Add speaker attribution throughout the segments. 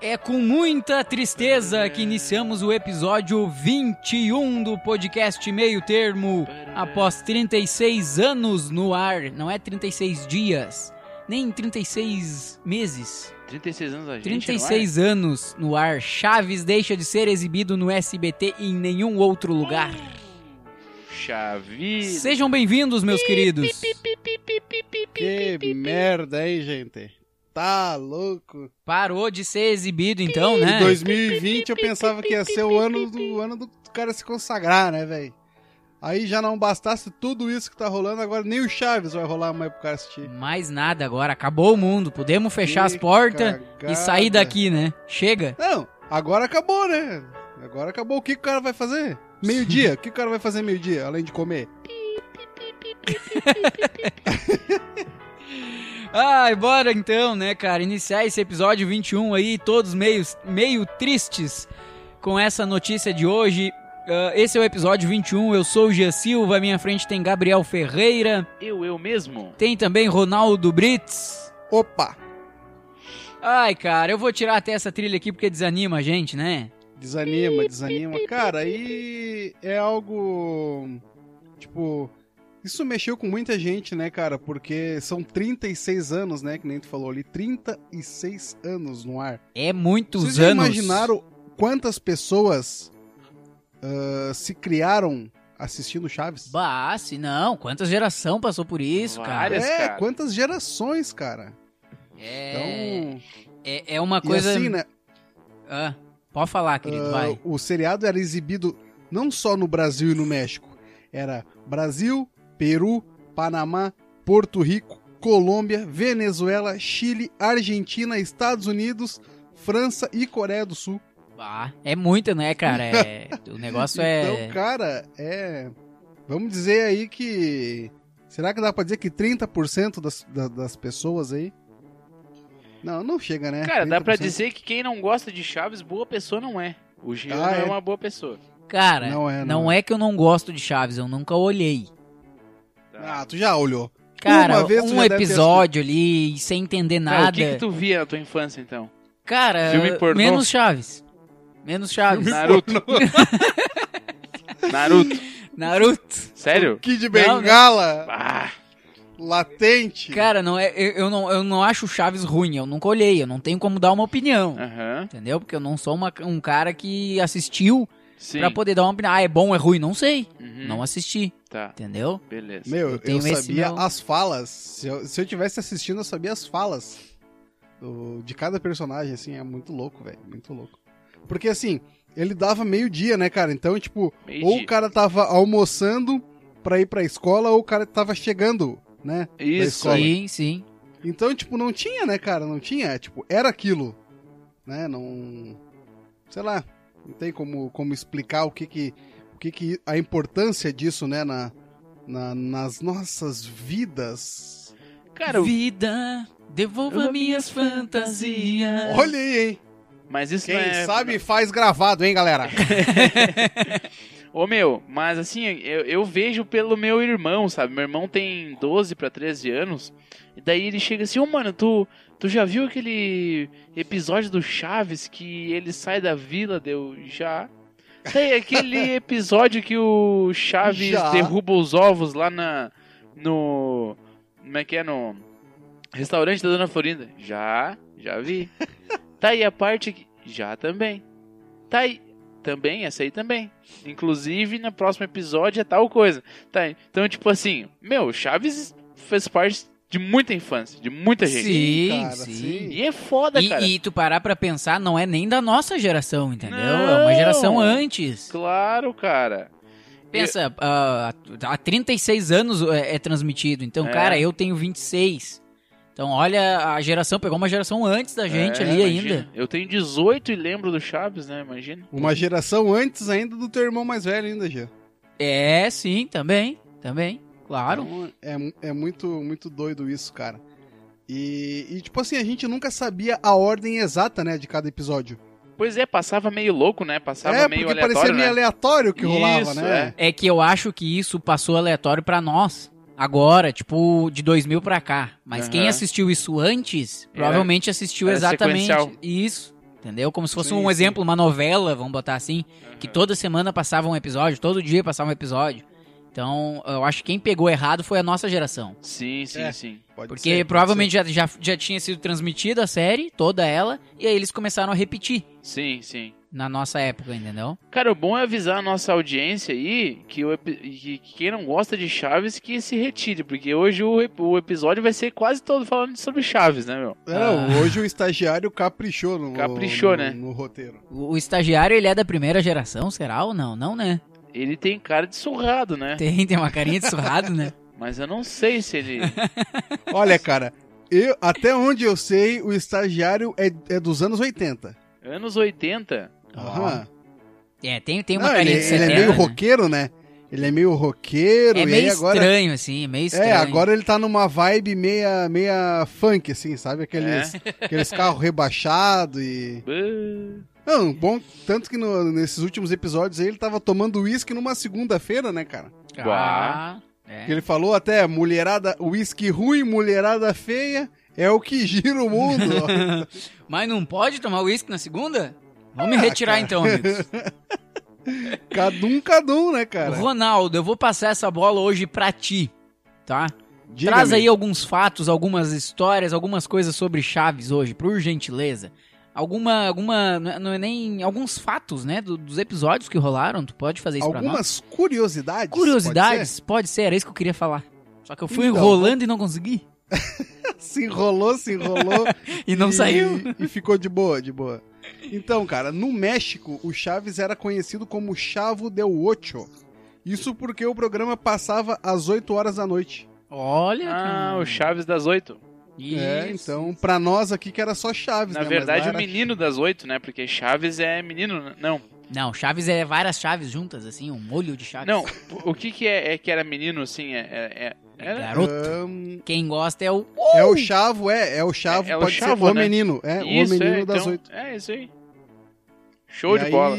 Speaker 1: É com muita tristeza que iniciamos o episódio 21 do podcast Meio Termo, após 36 anos no ar, não é 36 dias, nem 36 meses.
Speaker 2: 36 anos a gente. é?
Speaker 1: 36 anos no ar, Chaves deixa de ser exibido no SBT e em nenhum outro lugar.
Speaker 2: Chave.
Speaker 1: Sejam bem-vindos, meus queridos.
Speaker 3: Que merda, hein, gente? Tá louco.
Speaker 1: Parou de ser exibido então,
Speaker 3: Em
Speaker 1: né?
Speaker 3: 2020 eu pensava que ia ser o ano do o ano do cara se consagrar, né, velho? Aí já não bastasse tudo isso que tá rolando, agora nem o Chaves vai rolar mais pro cara assistir.
Speaker 1: Mais nada agora, acabou o mundo, podemos fechar as
Speaker 3: Que
Speaker 1: portas.
Speaker 3: cagada.
Speaker 1: e sair daqui, né? Chega.
Speaker 3: Não, agora acabou, né? Agora acabou. O que que o cara vai fazer? Meio-dia. O que que o cara vai fazer meio-dia, além de comer?
Speaker 1: Ai, bora então, né, cara? Iniciar esse episódio 21 aí, todos meio, meio tristes com essa notícia de hoje. Ah, esse é o episódio 21. Eu sou o Gia Silva, à minha frente tem Gabriel Ferreira,
Speaker 2: Eu, eu mesmo?
Speaker 1: tem também Ronaldo Brits.
Speaker 3: Opa!
Speaker 1: Ai, cara, eu vou tirar até essa trilha aqui porque desanima a gente, né?
Speaker 3: Desanima, desanima. Cara, aí é algo. Tipo. Isso mexeu com muita gente, né, cara? Porque são 36 anos, né? Que nem tu falou ali. 36 anos no ar.
Speaker 1: É muitos
Speaker 3: Vocês já
Speaker 1: anos.
Speaker 3: imaginaram quantas pessoas ah, se criaram assistindo Chaves?
Speaker 1: Bah, se não, quantas geração passou por isso,
Speaker 2: Várias.
Speaker 1: cara?
Speaker 3: é,
Speaker 2: cara.
Speaker 3: quantas gerações, cara.
Speaker 1: É,
Speaker 3: Então,
Speaker 1: é, é uma
Speaker 3: e
Speaker 1: coisa.
Speaker 3: assim, né?
Speaker 1: Ah, pode falar, querido,
Speaker 3: Ah,
Speaker 1: vai.
Speaker 3: O seriado era exibido não só no Brasil e no México. Era Brasil, Peru, Panamá, Porto Rico, Colômbia, Venezuela, Chile, Argentina, Estados Unidos, França e Coreia do Sul.
Speaker 1: Ah, é muito, né, cara? É- o negócio é.
Speaker 3: Então, cara, é. Vamos dizer aí que. Será que dá pra dizer que 30% das, da- das pessoas aí. Não, não chega, né?
Speaker 2: Cara, dá pra
Speaker 3: 30%.
Speaker 2: dizer que quem não gosta de Chaves, boa pessoa não é. O Gil
Speaker 3: Ah,
Speaker 2: não é.
Speaker 3: é.
Speaker 2: uma boa pessoa.
Speaker 1: Cara, não,
Speaker 3: Não
Speaker 1: é,
Speaker 3: é, não
Speaker 1: que eu não gosto de Chaves, eu nunca olhei.
Speaker 2: Tá.
Speaker 3: Ah, tu já olhou.
Speaker 1: Cara,
Speaker 3: Uma vez tu
Speaker 1: um
Speaker 3: já deve ter
Speaker 1: episódio ali e sem entender
Speaker 2: Tá,
Speaker 1: nada.
Speaker 2: o que, que tu via na tua infância então?
Speaker 1: Cara,
Speaker 2: Filme pornô?
Speaker 1: menos Chaves. Menos Chaves.
Speaker 2: Naruto. Naruto.
Speaker 1: Naruto.
Speaker 2: Sério?
Speaker 3: Kid
Speaker 1: Não, né?
Speaker 3: Bengala,
Speaker 2: Ah,
Speaker 3: latente.
Speaker 1: Cara, não é, eu, eu não, eu não acho Chaves ruim, eu nunca olhei, eu não tenho como dar uma opinião.
Speaker 2: É. aham.
Speaker 1: Entendeu? Porque eu não sou uma- um cara que assistiu
Speaker 2: Sim.
Speaker 1: pra poder dar uma opinião. Ah, é bom, é ruim, não sei.
Speaker 2: Uhum.
Speaker 1: Não é? assisti,
Speaker 2: Tá,
Speaker 1: entendeu?
Speaker 2: beleza.
Speaker 3: Meu, eu,
Speaker 1: Assim, tenho esse
Speaker 3: sabia
Speaker 1: meu-
Speaker 3: as falas. Se eu, se eu tivesse assistindo, eu sabia as falas do- de cada personagem, assim, é muito louco, velho. Muito louco. Porque assim, ele dava meio-dia, né, cara? Então, tipo,
Speaker 2: Meio
Speaker 3: ou
Speaker 2: dia.
Speaker 3: o cara tava almoçando pra ir pra escola, ou o cara tava chegando, né?
Speaker 2: Isso
Speaker 3: da escola.
Speaker 1: Sim,
Speaker 2: aí.
Speaker 1: sim.
Speaker 3: Então, tipo, não tinha, né, cara? Não tinha. Tipo, era aquilo. Né? Não. Sei lá. Não tem como, como explicar o que que, o que que. A importância disso, né? Na, na- nas nossas vidas.
Speaker 2: Cara, o-
Speaker 1: Vida, devolva
Speaker 2: Eu-
Speaker 1: minhas fantasias.
Speaker 3: Olha aí, hein?
Speaker 2: mas isso
Speaker 3: Quem
Speaker 2: não é...
Speaker 3: sabe faz gravado, hein, galera?
Speaker 2: Ô meu, mas assim, eu, eu vejo pelo meu irmão, sabe? Meu irmão tem 12 pra 13 anos. E daí ele chega assim, ô mano, tu, tu já viu aquele episódio do Chaves que ele sai da vila? Deu já. Tem aquele episódio que o Chaves
Speaker 3: Já.
Speaker 2: derruba os ovos lá na. no. Como é que é? No. Restaurante da Dona Florinda. Já, já vi. Tá aí a parte que. Já também. Tá aí. Também, essa aí também. Inclusive, no próximo episódio é tal coisa. Tá, então, tipo assim, meu, Chaves fez parte de muita infância, de muita gente.
Speaker 1: Sim,
Speaker 3: Cara,
Speaker 1: sim.
Speaker 3: sim.
Speaker 2: E é foda, cara.
Speaker 1: E, e tu parar pra pensar, não é nem da nossa geração, entendeu? É uma
Speaker 2: Não.
Speaker 1: geração antes.
Speaker 2: Claro, cara.
Speaker 1: Pensa, ah, há 36 anos é, é transmitido. Então,
Speaker 2: É.
Speaker 1: cara, eu tenho 26. Então, olha, a geração pegou uma geração antes da gente
Speaker 2: É,
Speaker 1: ali
Speaker 2: imagina.
Speaker 1: ainda.
Speaker 2: Eu tenho 18 e lembro do Chaves, né? Imagina.
Speaker 3: Uma geração antes ainda do teu irmão mais velho, ainda, Gê.
Speaker 1: É, sim, também. Também, claro.
Speaker 3: Então, é, mu- é muito, muito doido isso, cara. E, e, tipo assim, a gente nunca sabia a ordem exata, né, de cada episódio.
Speaker 2: Pois é, passava meio louco, né? Passava
Speaker 3: é,
Speaker 2: meio
Speaker 3: porque
Speaker 2: aleatório,
Speaker 3: parecia meio
Speaker 2: né?
Speaker 3: aleatório o que rolava,
Speaker 2: Isso,
Speaker 3: né?
Speaker 1: É que eu acho que isso passou aleatório pra nós. Agora, tipo, de 2000 pra cá. Mas quem
Speaker 2: Aham.
Speaker 1: assistiu isso antes,
Speaker 2: Era-
Speaker 3: É.
Speaker 1: provavelmente assistiu
Speaker 2: era
Speaker 1: exatamente
Speaker 2: sequencial.
Speaker 1: isso. Entendeu? Como se fosse
Speaker 3: Sim,
Speaker 1: um
Speaker 3: sim. É.
Speaker 1: exemplo, uma novela, vamos botar assim, que
Speaker 2: Aham.
Speaker 1: toda semana passava um episódio, todo dia passava um episódio. Então, eu acho que quem pegou errado foi a nossa geração.
Speaker 2: Sim, sim,
Speaker 3: É.
Speaker 2: sim.
Speaker 3: Pode
Speaker 1: Porque
Speaker 3: ser, pode
Speaker 1: provavelmente já, já, já tinha sido transmitida a série, toda ela, e aí eles começaram a repetir
Speaker 2: Sim, sim.
Speaker 1: na nossa época, entendeu?
Speaker 2: Cara, o bom é avisar a nossa audiência aí que, o epi- que- que quem não gosta de Chaves que se retire, porque hoje o, ep- o episódio vai ser quase todo falando sobre Chaves, né, meu?
Speaker 3: ser. É, não,
Speaker 1: Ah.
Speaker 3: hoje o estagiário caprichou no,
Speaker 2: Caprichou,
Speaker 3: no-
Speaker 2: né?
Speaker 3: no roteiro.
Speaker 1: O, o estagiário, ele é da primeira geração, será ou não? Não, né?
Speaker 2: Ele tem cara de surrado, né?
Speaker 1: Tem, tem uma carinha de surrado, né?
Speaker 2: Mas eu não sei se ele.
Speaker 3: Olha, cara, eu, até onde eu sei, o estagiário é, é dos anos 80.
Speaker 2: Anos 80?
Speaker 3: Aham.
Speaker 1: É, tem, tem uma
Speaker 3: Não, ele,
Speaker 1: carinha de
Speaker 3: ele é
Speaker 1: 70,
Speaker 3: meio
Speaker 1: né?
Speaker 3: roqueiro, né? Ele é meio roqueiro
Speaker 1: É
Speaker 3: e
Speaker 1: meio
Speaker 3: aí agora.
Speaker 1: estranho, assim, meio estranho.
Speaker 3: É, agora ele tá numa vibe meia, meia funk, assim, sabe? Aqueles,
Speaker 2: né?
Speaker 1: É.
Speaker 3: aqueles carros rebaixados e.
Speaker 2: Bã.
Speaker 3: Não, bom, tanto que no- nesses últimos episódios aí ele tava tomando uísque numa segunda-feira, né, cara?
Speaker 1: Ah, é.
Speaker 3: Que ele falou até, mulherada, uísque ruim, mulherada feia, é o que gira o mundo.
Speaker 1: Mas não pode tomar uísque na segunda? Vamos me
Speaker 3: Ah,
Speaker 1: retirar
Speaker 3: cara.
Speaker 1: então, amigos.
Speaker 3: cadum, cadum, né, cara?
Speaker 1: Ronaldo, eu vou passar essa bola hoje pra ti, tá?
Speaker 3: Diga,
Speaker 1: Traz aí
Speaker 3: amigo.
Speaker 1: alguns fatos, algumas histórias, algumas coisas sobre Chaves hoje, por gentileza. Alguma, alguma, não é- não é nem, alguns fatos, né, do- dos episódios que rolaram, tu pode fazer isso pra nós?
Speaker 3: algumas curiosidades. pode
Speaker 1: Curiosidades? Pode ser? era isso que eu queria falar. Só que eu fui
Speaker 3: Então.
Speaker 1: enrolando e não consegui,
Speaker 3: ser? Se enrolou, se enrolou.
Speaker 1: e não
Speaker 3: E-
Speaker 1: saiu.
Speaker 3: E ficou de boa, de boa. Então, cara, no México, o Chaves era conhecido como Chavo de Ocho. Isso porque o programa passava às 8 horas da noite.
Speaker 1: Olha,
Speaker 2: Ah,
Speaker 1: cara.
Speaker 2: o Chaves das oito.
Speaker 3: É,
Speaker 1: Isso.
Speaker 3: então, pra nós aqui que era só Chaves,
Speaker 2: Na
Speaker 3: né? Mas
Speaker 2: verdade,
Speaker 3: lá
Speaker 2: o
Speaker 3: era-
Speaker 2: menino das oito, né? Porque Chaves é menino, né? não.
Speaker 1: Não, Chaves é várias chaves juntas, assim, um molho de
Speaker 3: Ah,
Speaker 1: chaves.
Speaker 2: Não, o que que é, é que era menino, assim, é... é- é-
Speaker 1: É
Speaker 2: era-
Speaker 1: garoto.
Speaker 3: Ahn,
Speaker 1: Quem gosta é o.
Speaker 3: É o Chavo, é, é o Chavo,
Speaker 2: É- é o
Speaker 3: pode
Speaker 2: Chavo,
Speaker 3: ser o
Speaker 2: né?
Speaker 3: menino, é,
Speaker 2: Isso,
Speaker 3: o menino
Speaker 2: é,
Speaker 3: das
Speaker 2: então,
Speaker 3: oito.
Speaker 2: É, isso aí. Show
Speaker 3: E
Speaker 2: de
Speaker 3: aí-
Speaker 2: bola.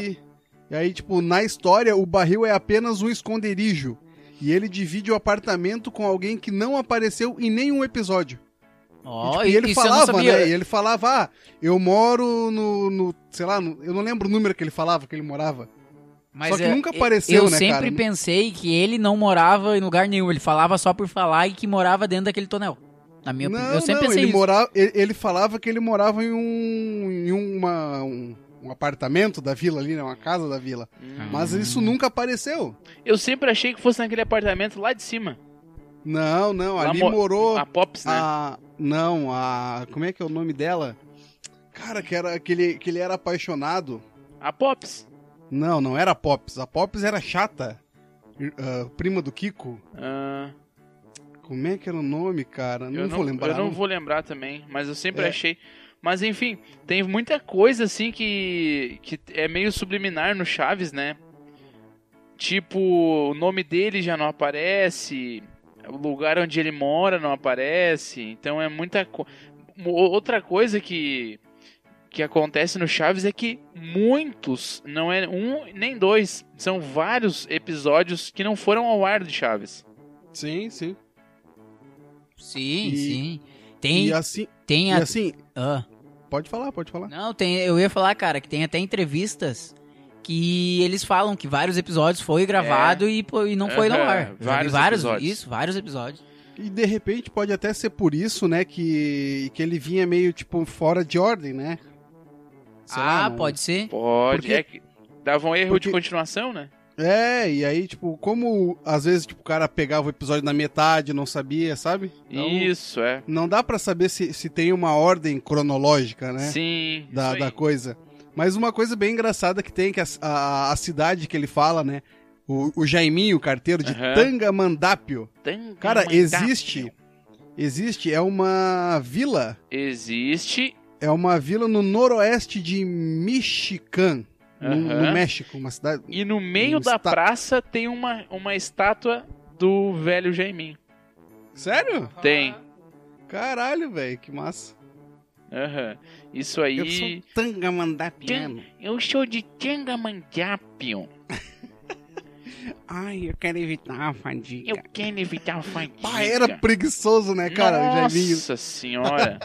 Speaker 3: E aí, tipo, na história, o barril é apenas um esconderijo. E ele divide o apartamento com alguém que não apareceu em nenhum episódio.
Speaker 1: Ó,
Speaker 3: e, tipo, e ele
Speaker 1: isso eu
Speaker 3: falava,
Speaker 1: não sabia.
Speaker 3: né? E ele falava, ah, eu moro no. no- sei lá, no- eu não lembro o número que ele falava que ele morava.
Speaker 1: Mas
Speaker 3: Só que
Speaker 1: é,
Speaker 3: nunca
Speaker 1: eu-
Speaker 3: apareceu,
Speaker 1: Eu
Speaker 3: né,
Speaker 1: sempre
Speaker 3: cara?
Speaker 1: pensei que ele não morava em lugar nenhum. Ele falava só por falar e que morava dentro daquele tonel. Na minha opinião.
Speaker 3: não,
Speaker 1: Eu sempre
Speaker 3: não,
Speaker 1: pensei
Speaker 3: ele,
Speaker 1: isso.
Speaker 3: morava, ele, ele falava que ele morava em um. em uma. um, um apartamento da vila ali, né? Uma casa da vila.
Speaker 2: Hum.
Speaker 3: Mas isso nunca apareceu.
Speaker 2: Eu sempre achei que fosse naquele apartamento lá de cima.
Speaker 3: Não, não,
Speaker 2: Lá
Speaker 3: ali
Speaker 2: mo-
Speaker 3: morou
Speaker 2: A Pops, né?
Speaker 3: a. Não, a. Como é que é o nome dela? Cara, que, era, que, ele, que ele era apaixonado.
Speaker 2: A Pops.
Speaker 3: Não, não era a Pops. A Pops era chata. Ir- ah, prima do Kiko.
Speaker 2: Ah,
Speaker 3: Como é que era o nome, cara? Não,
Speaker 2: eu
Speaker 3: vou lembrar.
Speaker 2: Eu não
Speaker 3: não.
Speaker 2: vou lembrar também, mas eu sempre
Speaker 3: É.
Speaker 2: achei. Mas enfim, tem muita coisa assim que, que é meio subliminar no Chaves, né? Tipo, o nome dele já não aparece, o lugar onde ele mora não aparece, então é muita coisa. Outra coisa que, que acontece no Chaves é que muitos, não é um nem dois, são vários episódios que não foram ao ar de Chaves.
Speaker 3: Sim, sim.
Speaker 1: Sim,
Speaker 3: E-
Speaker 1: sim. Tem,
Speaker 3: E assim,
Speaker 1: tem
Speaker 3: e
Speaker 1: a...
Speaker 3: assim,
Speaker 1: Ah.
Speaker 3: pode falar, pode falar.
Speaker 1: Não, tem, eu ia falar, cara, que tem até entrevistas que eles falam que vários episódios foi gravado e, pô, e não foi no
Speaker 2: É. Aham,
Speaker 1: ar. Já vi
Speaker 2: vários episódios.
Speaker 1: Isso, vários episódios.
Speaker 3: E de repente pode até ser por isso, né, que, que ele vinha meio, tipo, fora de ordem, né? Sei lá,
Speaker 1: ah,
Speaker 3: não-
Speaker 1: pode ser.
Speaker 2: Pode,
Speaker 3: Porque-
Speaker 2: é que dava um erro
Speaker 3: porque-
Speaker 2: de continuação, né?
Speaker 3: É, e aí, tipo, como às vezes tipo, o cara pegava o episódio na metade, não sabia, sabe? Então,
Speaker 2: Isso, é.
Speaker 3: Não dá pra saber se, se tem uma ordem cronológica, né?
Speaker 2: Sim.
Speaker 3: da,
Speaker 2: isso aí.
Speaker 3: da coisa. Mas uma coisa bem engraçada que tem, é que a, a, a cidade que ele fala, né? O, o Jaiminho, o carteiro de
Speaker 2: Aham.
Speaker 3: Tangamandápio.
Speaker 2: Tem-
Speaker 3: Cara,
Speaker 2: tem uma né?
Speaker 3: existe.
Speaker 2: data.
Speaker 3: Existe, é uma vila.
Speaker 2: Existe.
Speaker 3: É uma vila no noroeste de Michigan, no,
Speaker 2: Aham.
Speaker 3: no México, uma cidade.
Speaker 2: E no meio
Speaker 3: Um
Speaker 2: da
Speaker 3: esta-
Speaker 2: praça tem uma, uma estátua do velho Jaimin.
Speaker 3: Sério?
Speaker 2: Tem.
Speaker 3: Caralho, velho, que massa.
Speaker 2: Aham. Isso aí.
Speaker 3: Eu sou Tangamandapiano.
Speaker 2: Eu sou de Changamandiapion.
Speaker 3: Ai, eu quero evitar a fadiga.
Speaker 2: Eu quero evitar a fadiga.
Speaker 3: Ah, era preguiçoso, né, cara, o
Speaker 2: Nossa
Speaker 3: Jaiminho?
Speaker 2: senhora.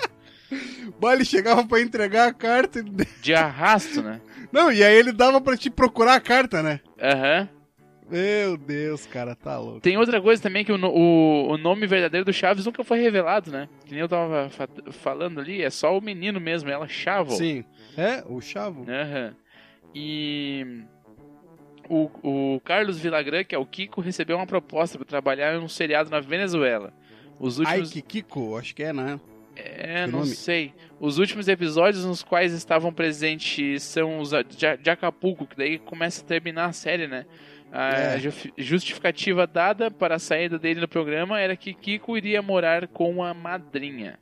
Speaker 3: Bah, ele chegava pra entregar a carta. e-
Speaker 2: De arrasto, né?
Speaker 3: Não, e aí ele dava pra te procurar a carta, né?
Speaker 2: Aham.
Speaker 3: Meu Deus, cara, tá louco.
Speaker 2: Tem outra coisa também que o, no- o, o nome verdadeiro do Chaves nunca foi revelado, né? Que nem eu tava fa- falando ali, é só o menino mesmo, ela Chavo.
Speaker 3: Sim. É, o Chavo.
Speaker 2: Aham. E o, o Carlos Villagrán, que é o Kiko, recebeu uma proposta para trabalhar em um seriado na Venezuela. Os
Speaker 3: Ai,
Speaker 2: últimos.
Speaker 3: que Kiko, acho que é, né?
Speaker 2: É,
Speaker 3: que
Speaker 2: não
Speaker 3: nome.
Speaker 2: sei. Os últimos episódios nos quais estavam presentes são os a- de, de Acapulco, que daí começa a terminar a série, né? A
Speaker 3: É.
Speaker 2: ju- justificativa dada para a saída dele do programa era que Kiko iria morar com a madrinha.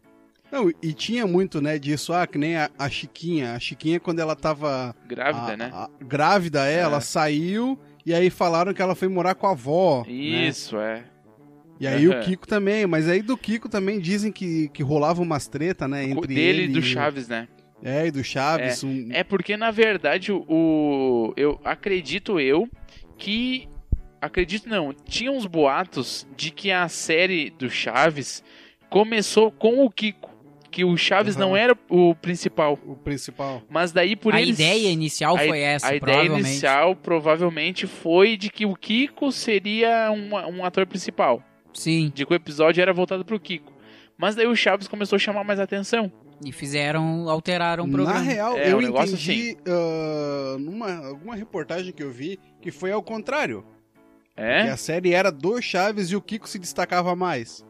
Speaker 3: Não, e tinha muito, né, disso, ah, que nem a, a Chiquinha. A Chiquinha, quando ela tava
Speaker 2: Grávida,
Speaker 3: a-
Speaker 2: né?
Speaker 3: a- grávida, é,
Speaker 2: É.
Speaker 3: ela saiu e aí falaram que ela foi morar com a avó. né?
Speaker 2: Isso, é.
Speaker 3: E aí
Speaker 2: Aham.
Speaker 3: o Kiko também, mas aí do Kiko também dizem que, que rolava umas treta, né,
Speaker 2: O
Speaker 3: entre
Speaker 2: dele
Speaker 3: ele
Speaker 2: e do Chaves, né?
Speaker 3: É, e do Chaves. um-
Speaker 2: É porque, na verdade, o- o. Eu acredito eu que. Acredito não. Tinha uns boatos de que a série do Chaves começou com o Kiko. Que o Chaves
Speaker 3: Aham.
Speaker 2: não era o principal.
Speaker 3: O principal.
Speaker 2: Mas daí por
Speaker 1: a
Speaker 2: eles.
Speaker 1: ideia inicial
Speaker 2: a-
Speaker 1: foi essa,
Speaker 2: a ideia
Speaker 1: provavelmente.
Speaker 2: inicial provavelmente foi de que o Kiko seria um, um ator principal.
Speaker 1: Sim,
Speaker 2: De que o episódio era voltado pro Kiko. Mas daí o Chaves começou a chamar mais atenção.
Speaker 1: e fizeram, alteraram o
Speaker 3: Na
Speaker 1: programa.
Speaker 3: real,
Speaker 2: É,
Speaker 3: eu
Speaker 2: um negócio
Speaker 3: entendi ah, numa alguma reportagem que eu vi que foi ao contrário. Que
Speaker 2: É?
Speaker 3: a série era do Chaves e o Kiko se destacava mais.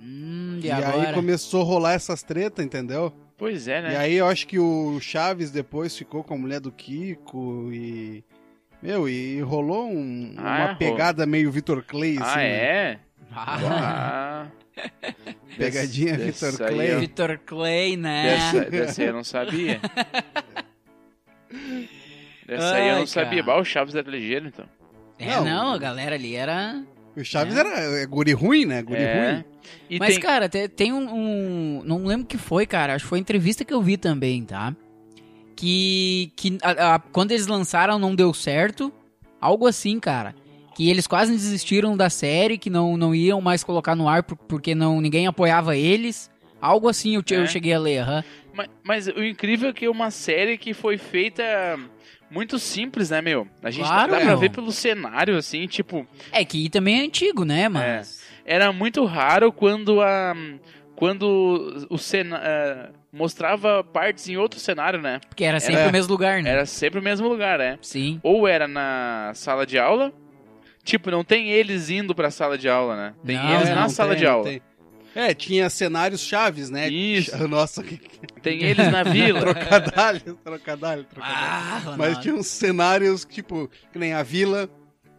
Speaker 1: Hum, e,
Speaker 3: E,
Speaker 1: agora?
Speaker 3: aí começou a rolar essas tretas, entendeu?
Speaker 2: Pois é, né?
Speaker 3: E aí eu acho que o Chaves depois ficou com a mulher do Kiko e. Meu, e rolou um-
Speaker 2: Ah,
Speaker 3: uma
Speaker 2: rolou.
Speaker 3: pegada meio Vitor Clay, assim.
Speaker 2: ah,
Speaker 3: né?
Speaker 2: é?
Speaker 1: Ah,
Speaker 2: Ah.
Speaker 3: Pegadinha
Speaker 2: Dessa-
Speaker 3: Vitor
Speaker 2: dessa aí,
Speaker 3: Clay.
Speaker 2: ó.
Speaker 1: Vitor Clay, né?
Speaker 2: Dessa, dessa aí eu não sabia. Dessa aí eu
Speaker 1: Ai,
Speaker 2: não
Speaker 1: cara.
Speaker 2: sabia. Bah, o Chaves era ligeiro, então.
Speaker 1: É, não.
Speaker 3: Não.
Speaker 1: a galera ali era.
Speaker 3: O Chaves
Speaker 1: É.
Speaker 3: era é, guri ruim, né? Guri
Speaker 2: É.
Speaker 3: ruim.
Speaker 2: E
Speaker 1: Mas,
Speaker 2: tem...
Speaker 1: cara, te- tem um, um- Não lembro o que foi, cara. Acho que foi entrevista que eu vi também, tá? Que. que a- a- quando eles lançaram não deu certo. Algo assim, cara. Que eles quase desistiram da série, que não, não iam mais colocar no ar por- porque não, ninguém apoiava eles. Algo assim eu, te- eu
Speaker 2: É.
Speaker 1: cheguei a ler, aham.
Speaker 2: ma- mas, o incrível é que é uma série que foi feita muito simples, né, meu? A gente
Speaker 1: Claro,
Speaker 2: dá
Speaker 3: É.
Speaker 2: pra
Speaker 1: meu.
Speaker 2: ver pelo cenário, assim, tipo,
Speaker 1: É que também é antigo, né, mas.
Speaker 2: era muito raro quando a. Quando o cenário. Mostrava partes em outro cenário, né?
Speaker 1: Porque era sempre
Speaker 3: Era-
Speaker 1: o mesmo lugar, né?
Speaker 2: Era sempre o mesmo lugar, né?
Speaker 1: Sim.
Speaker 2: ou era na sala de aula. Tipo, não tem eles indo pra sala de aula, né? Tem
Speaker 1: Não,
Speaker 2: eles
Speaker 1: é,
Speaker 2: na
Speaker 3: não
Speaker 2: sala
Speaker 3: tem,
Speaker 2: de
Speaker 3: não
Speaker 2: aula. Tem,
Speaker 3: tem. É, tinha cenários Chaves, né?
Speaker 2: Isso.
Speaker 3: Nossa, que
Speaker 2: eles na vila.
Speaker 3: Trocadalho, trocadalho, trocadalho.
Speaker 1: Ah,
Speaker 3: Mas tinha uns cenários, tipo, que nem a vila,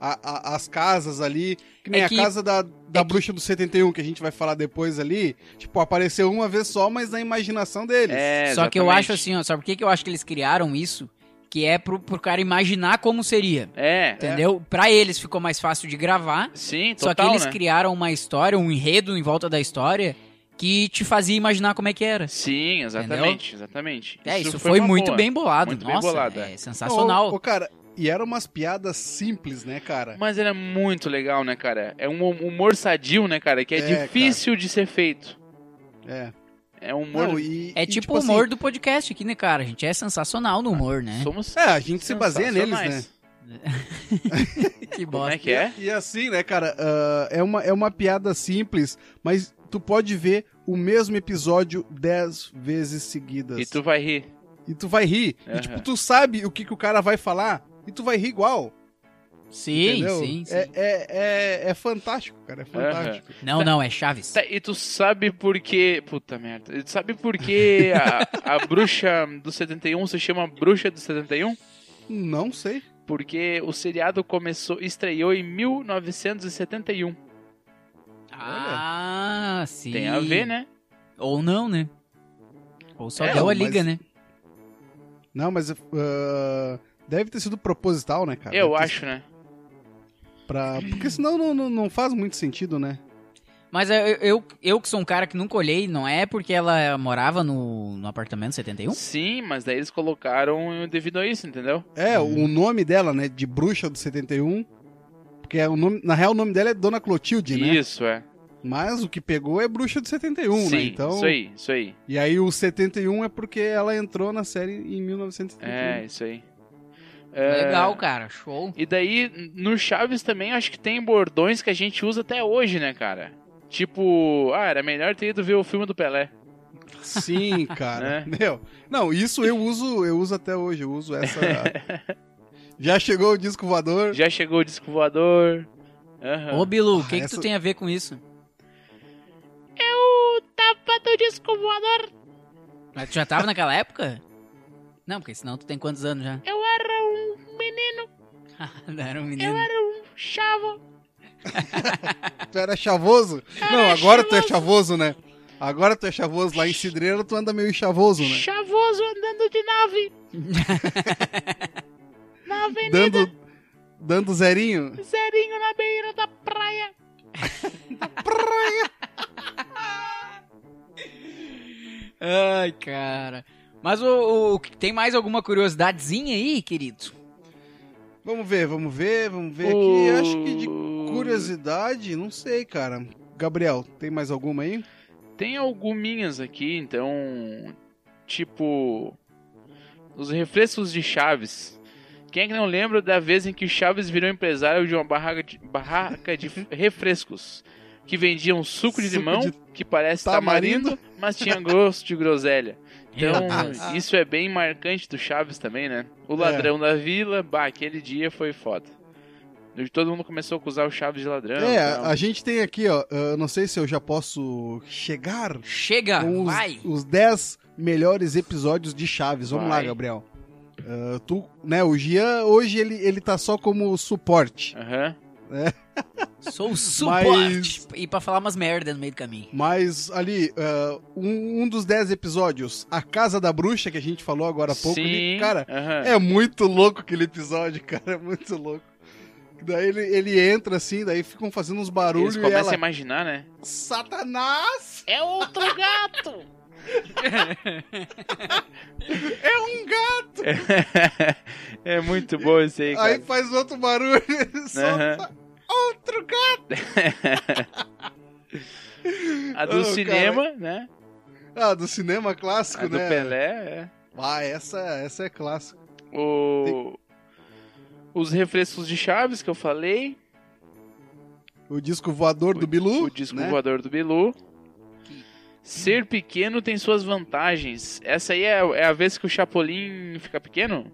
Speaker 3: a- a- as casas ali, que nem
Speaker 1: É
Speaker 3: a
Speaker 1: que-
Speaker 3: casa da, da
Speaker 1: é que-
Speaker 3: bruxa do 71, que a gente vai falar depois ali, tipo, apareceu uma vez só, mas na imaginação deles.
Speaker 2: É,
Speaker 1: Só que eu
Speaker 2: exatamente.
Speaker 1: acho assim, ó, sabe por que, que eu acho que eles criaram isso? Que é pro, pro cara imaginar como seria.
Speaker 2: É,
Speaker 1: Entendeu? Pra eles ficou mais fácil de gravar.
Speaker 2: sim,
Speaker 1: só que
Speaker 2: total,
Speaker 1: eles
Speaker 2: né?
Speaker 1: criaram uma história, um enredo em volta da história que te fazia imaginar como é que era.
Speaker 2: Sim, exatamente, exatamente.
Speaker 1: É, isso, foi,
Speaker 2: uma
Speaker 1: muito
Speaker 2: boa.
Speaker 1: bem bolado.
Speaker 2: Muito bem
Speaker 1: Nossa,
Speaker 2: bolado,
Speaker 1: é
Speaker 2: é.
Speaker 1: sensacional.
Speaker 3: Ô, ô, cara, e eram umas piadas simples, né, cara?
Speaker 2: Mas era muito legal, né, cara? É um humor sadio, né, cara? Que é,
Speaker 3: É,
Speaker 2: difícil de ser feito.
Speaker 3: É.
Speaker 2: É um humor...
Speaker 3: Não, e-
Speaker 1: é
Speaker 3: e, assim,
Speaker 1: tipo o humor do podcast aqui, né, cara? A gente é sensacional no humor, né?
Speaker 2: Somos
Speaker 3: É, a gente se baseia neles, né?
Speaker 2: sensacionais.
Speaker 1: que
Speaker 2: Como é
Speaker 1: bosta.
Speaker 2: que é?
Speaker 3: E assim, né, cara, ah, é, uma, é uma piada simples, mas tu pode ver o mesmo episódio dez vezes seguidas.
Speaker 2: E tu vai rir.
Speaker 3: E tu vai rir.
Speaker 2: Aham.
Speaker 3: E tipo, tu sabe o que, que o cara vai falar e tu vai rir igual.
Speaker 1: Sim,
Speaker 3: entendeu?
Speaker 1: sim, sim.
Speaker 3: É, é, é, é fantástico, cara. É fantástico.
Speaker 1: Não, não, é Chaves.
Speaker 2: Tá, e tu sabe por que. Puta merda. E tu sabe por que a, a bruxa do 71 se chama Bruxa do 71?
Speaker 3: Não sei.
Speaker 2: Porque o seriado começou, estreou em 1971.
Speaker 1: Ah, sim.
Speaker 2: Tem a ver, né?
Speaker 1: Ou não, né? Ou só
Speaker 2: É,
Speaker 1: deu a
Speaker 3: mas-
Speaker 1: liga, né?
Speaker 3: Não, mas ah, deve ter sido proposital, né, cara?
Speaker 2: Eu
Speaker 3: Deve ter
Speaker 2: acho, né?
Speaker 3: sido Pra... Porque senão não, não, não faz muito sentido, né?
Speaker 1: Mas eu, eu, eu que sou um cara que nunca olhei, não é porque ela morava no, no apartamento 71?
Speaker 2: Sim, mas daí eles colocaram devido a isso, entendeu?
Speaker 3: É,
Speaker 2: Uhum.
Speaker 3: o nome dela, né, um, de bruxa do 71. Porque é o nome, na real o nome dela é Dona Clotilde, né?
Speaker 2: Isso, é.
Speaker 3: Mas o que pegou é Bruxa de 71,
Speaker 2: Sim,
Speaker 3: né? Então,
Speaker 2: isso aí, isso aí.
Speaker 3: E aí o 71 é porque ela entrou na série em 1971.
Speaker 2: É, isso aí. É,
Speaker 1: Legal, cara. Show.
Speaker 2: E daí, no Chaves também, acho que tem bordões que a gente usa até hoje, né, cara? Tipo, ah, era melhor ter ido ver o filme do Pelé.
Speaker 3: Sim, cara.
Speaker 2: Né?
Speaker 3: Meu, não, isso eu uso, eu uso até hoje, eu uso essa. Já chegou o disco voador.
Speaker 2: Já chegou o disco voador. Aham.
Speaker 1: Ô, Bilu, o
Speaker 3: Ah,
Speaker 1: que, que
Speaker 3: essa-
Speaker 1: tu tem a ver com isso?
Speaker 2: O tapa do disco voador,
Speaker 1: Mas tu já tava naquela época? Não, porque senão tu tem quantos anos já?
Speaker 2: eu era um menino
Speaker 1: Não era um menino.
Speaker 2: chavo.
Speaker 3: Tu era chavoso? Não, agora tu é chavoso, né? Agora tu é chavoso. Lá em Cidreira tu anda meio chavoso, né?
Speaker 2: Chavoso andando de nave. na avenida,
Speaker 3: Dando, dando zerinho.
Speaker 2: zerinho na beira da praia.
Speaker 1: Ai, cara. Mas o, o- tem mais alguma curiosidadezinha aí, querido?
Speaker 3: Vamos ver, vamos ver, vamos ver aqui. Acho que de curiosidade, não sei, cara. Gabriel, tem mais alguma aí?
Speaker 2: Tem alguminhas aqui, então. Tipo. Os refrescos de Chaves. Quem é que não lembra da vez em que o Chaves virou empresário de uma barraca de, barraca de refrescos? Que vendiam suco de
Speaker 3: Suco
Speaker 2: limão,
Speaker 3: de
Speaker 2: que parece
Speaker 3: tamarindo.
Speaker 2: tamarindo, mas tinha gosto de groselha. Então,
Speaker 1: Meu Deus.
Speaker 2: isso é bem marcante do Chaves também, né? O
Speaker 3: É.
Speaker 2: ladrão da vila, bah, aquele dia foi foda. Todo mundo começou a acusar o Chaves de ladrão.
Speaker 3: é, a-
Speaker 2: então.
Speaker 3: a gente tem aqui, ó. Eu não sei se eu já posso chegar
Speaker 1: Chega,
Speaker 2: Ah,
Speaker 3: com os,
Speaker 1: vai.
Speaker 3: os 10 melhores episódios de Chaves. Vamos
Speaker 2: Vai.
Speaker 3: lá, Gabriel. Ah, tu, né, o Gian, hoje ele, ele tá só como suporte.
Speaker 2: Aham.
Speaker 1: Sou o suporte. E pra falar umas merdas no meio do caminho.
Speaker 3: Mas ali, ah, um, um dos 10 episódios, A Casa da Bruxa, que a gente falou agora há pouco, ele-
Speaker 2: Sim,
Speaker 3: cara,
Speaker 2: aham.
Speaker 3: é muito louco aquele episódio, cara, é muito louco. Daí ele, ele entra assim, daí ficam fazendo uns barulhos
Speaker 2: Eles
Speaker 3: e
Speaker 2: começam
Speaker 3: ela.
Speaker 2: a imaginar, né?
Speaker 3: Satanás!
Speaker 2: É outro gato!
Speaker 3: É um gato!
Speaker 2: é muito bom isso aí, cara.
Speaker 3: Aí faz outro barulho, ele solta outro gato!
Speaker 2: a do
Speaker 3: Ô,
Speaker 2: cinema, né?
Speaker 3: Ah, do cinema clássico,
Speaker 2: A Ah, do
Speaker 3: né?
Speaker 2: Pelé, é.
Speaker 3: Ah, essa, essa é clássica.
Speaker 2: O... Os refrescos de Chaves que eu falei.
Speaker 3: O disco voador do Bilu.
Speaker 2: O disco
Speaker 3: né?
Speaker 2: voador do Bilu. Ser pequeno tem suas vantagens. Essa aí é, é a vez que o Chapolin fica pequeno?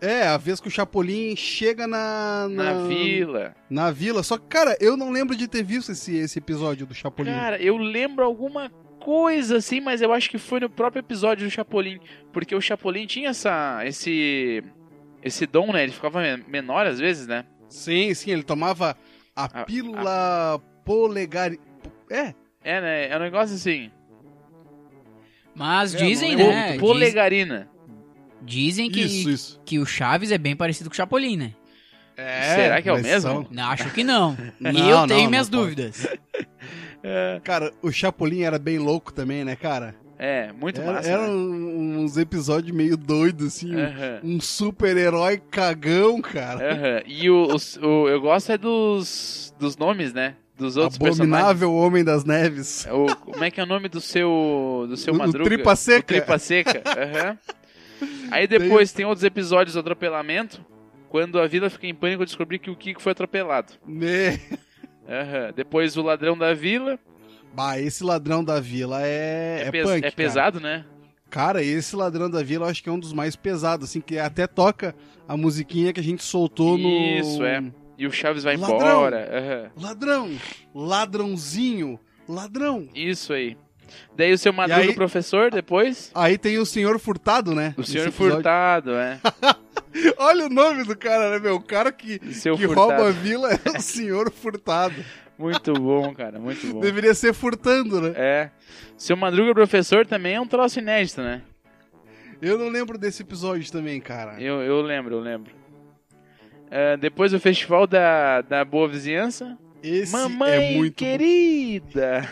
Speaker 3: É, a vez que o Chapolin chega na.
Speaker 2: Na vila.
Speaker 3: na vila. Só que, cara, eu não lembro de ter visto esse, esse episódio do Chapolin.
Speaker 2: Cara, eu lembro alguma coisa assim, mas eu acho que foi no próprio episódio do Chapolin, porque o Chapolin tinha essa esse esse dom, né? Ele ficava men- menor às vezes, né?
Speaker 3: Sim, sim, ele tomava a,
Speaker 2: A-
Speaker 3: pílula polegar. É,
Speaker 2: É, né? É um negócio assim,
Speaker 1: Mas
Speaker 3: É,
Speaker 1: dizem,
Speaker 3: não, eu-
Speaker 1: né?
Speaker 2: po-
Speaker 1: diz-
Speaker 2: polegarina.
Speaker 1: dizem que,
Speaker 3: isso, isso.
Speaker 1: que o Chaves é bem parecido com o Chapolin, né?
Speaker 2: Será que é o
Speaker 3: mas
Speaker 2: mesmo?
Speaker 1: Não, acho que não.
Speaker 3: Não,
Speaker 1: e eu
Speaker 3: não,
Speaker 1: tenho
Speaker 3: não
Speaker 1: minhas
Speaker 3: pode.
Speaker 1: dúvidas.
Speaker 2: É,
Speaker 3: Cara, o Chapolin era bem louco também, né, cara?
Speaker 2: é, muito
Speaker 3: era
Speaker 2: massa.
Speaker 3: era
Speaker 2: né? É.
Speaker 3: um- uns episódios meio doidos, assim.
Speaker 2: Aham,
Speaker 3: Um super-herói cagão, cara.
Speaker 2: aham. E o, os- o- eu gosto é dos dos nomes, né? Dos outros personagens.
Speaker 3: Abominável Homem das Neves.
Speaker 2: O, como é que é o nome do seu do seu
Speaker 3: O- o
Speaker 2: madruga?
Speaker 3: Tripa Seca.
Speaker 2: O tripa seca. aham. Aí depois tem outros episódios do atropelamento, quando a vila fica em pânico eu descobri que o Kiko foi atropelado.
Speaker 3: Né?
Speaker 2: Aham. Depois o ladrão da vila,
Speaker 3: Bah, esse ladrão da vila é, é,
Speaker 2: pes-
Speaker 3: punk,
Speaker 2: é
Speaker 3: cara.
Speaker 2: pesado, né?
Speaker 3: Cara, esse ladrão da vila eu acho que é um dos mais pesados, assim, que até toca a musiquinha que a gente soltou no.
Speaker 2: Isso, é. E o Chaves vai
Speaker 3: Ladrão.
Speaker 2: embora. aham.
Speaker 3: Ladrão! Ladrãozinho! Ladrão!
Speaker 2: Isso aí. Daí o seu madruga
Speaker 3: E aí-
Speaker 2: o professor depois?
Speaker 3: Aí tem o senhor furtado, né?
Speaker 2: O senhor
Speaker 3: Nesse episódio.
Speaker 2: furtado, é.
Speaker 3: Olha o nome do cara, né, meu? O cara que,
Speaker 2: O seu
Speaker 3: que
Speaker 2: furtado.
Speaker 3: rouba a vila é o senhor furtado.
Speaker 2: Muito bom, cara, muito bom.
Speaker 3: Deveria ser furtando, né?
Speaker 2: É. Seu madruga professor também é um troço inédito, né?
Speaker 3: Eu não lembro desse episódio também, cara.
Speaker 2: Eu, eu lembro, eu lembro. Ah, depois o festival da, da Boa Vizinhança.
Speaker 3: Esse
Speaker 2: Mamãe
Speaker 3: é muito.
Speaker 2: querida!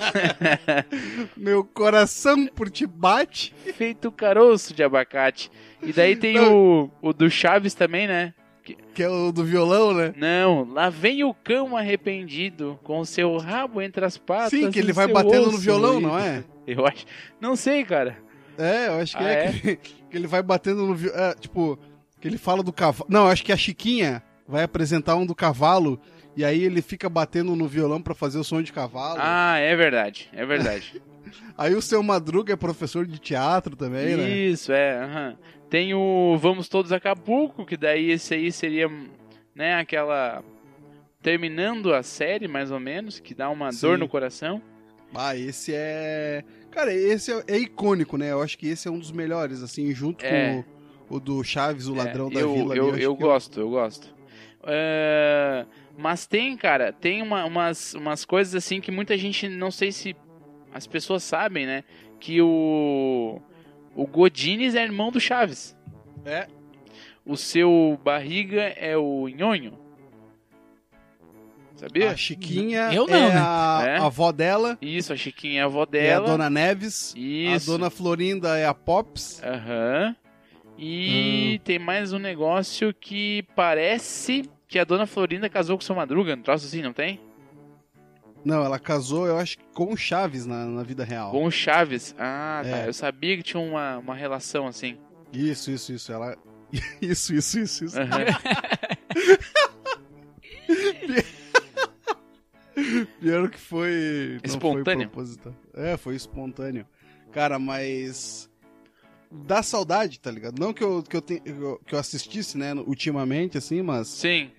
Speaker 3: Meu coração por ti bate.
Speaker 2: Feito caroço de abacate. E daí tem o, o do Chaves também, né?
Speaker 3: Que é o do violão, né?
Speaker 2: Não, lá vem o cão arrependido, com seu rabo entre as patas.
Speaker 3: Sim, que
Speaker 2: e
Speaker 3: ele vai
Speaker 2: Ah, tá seu
Speaker 3: batendo no
Speaker 2: osso
Speaker 3: violão,
Speaker 2: roído.
Speaker 3: não é?
Speaker 2: Eu acho. Não sei, cara.
Speaker 3: É, eu acho que
Speaker 2: Ah,
Speaker 3: é. Que, que ele vai batendo no. vi- É, tipo, que ele fala do cavalo. Não, eu acho que a Chiquinha vai apresentar um do cavalo. E aí ele fica batendo no violão pra fazer o som de cavalo.
Speaker 2: Ah, é verdade, é verdade.
Speaker 3: Aí o seu Madruga é professor de teatro também, né?
Speaker 2: Isso, é. aham. Tem o Vamos Todos a Acapulco, que daí esse aí seria, né, aquela. Terminando a série, mais ou menos, que dá uma
Speaker 3: Sim.
Speaker 2: dor no coração.
Speaker 3: Ah, esse é. Cara, esse é, é icônico, né? Eu acho que esse é um dos melhores, assim, junto
Speaker 2: É.
Speaker 3: com o, o do Chaves, o ladrão
Speaker 2: É,
Speaker 3: da
Speaker 2: eu,
Speaker 3: vila. ali,
Speaker 2: Eu,
Speaker 3: acho
Speaker 2: eu
Speaker 3: que
Speaker 2: gosto, eu gosto. É, mas tem, cara, tem uma- umas, umas coisas assim que muita gente, não sei se as pessoas sabem, né? Que o, o Godines é irmão do Chaves.
Speaker 3: É.
Speaker 2: O seu barriga é o Nhonho. Sabia?
Speaker 3: A Chiquinha
Speaker 1: Eu não,
Speaker 3: é,
Speaker 1: né?
Speaker 3: a,
Speaker 2: É?
Speaker 3: a avó dela,
Speaker 2: Isso, a Chiquinha é a avó
Speaker 3: é a
Speaker 2: dela.
Speaker 3: Dona Neves.
Speaker 2: Isso.
Speaker 3: A Dona Florinda é a Pops.
Speaker 2: Aham.
Speaker 3: Hum.
Speaker 2: E tem mais um negócio que parece que a dona Florinda casou com o seu Madruga, um troço assim, não tem?
Speaker 3: Não, ela casou, eu acho que com o Chaves na, na vida real.
Speaker 2: Com o Chaves. Ah, tá.
Speaker 3: É.
Speaker 2: Eu sabia que tinha uma, uma relação assim.
Speaker 3: Isso, isso, isso. Ela. Isso, isso, isso, isso.
Speaker 2: Aham.
Speaker 3: Pior que foi. não
Speaker 2: Espontâneo.
Speaker 3: Foi proposital. é, foi espontâneo. Cara, mas. Dá saudade, tá ligado? Não que eu, que eu, te- que eu assistisse, né, ultimamente, assim, mas.
Speaker 2: Sim.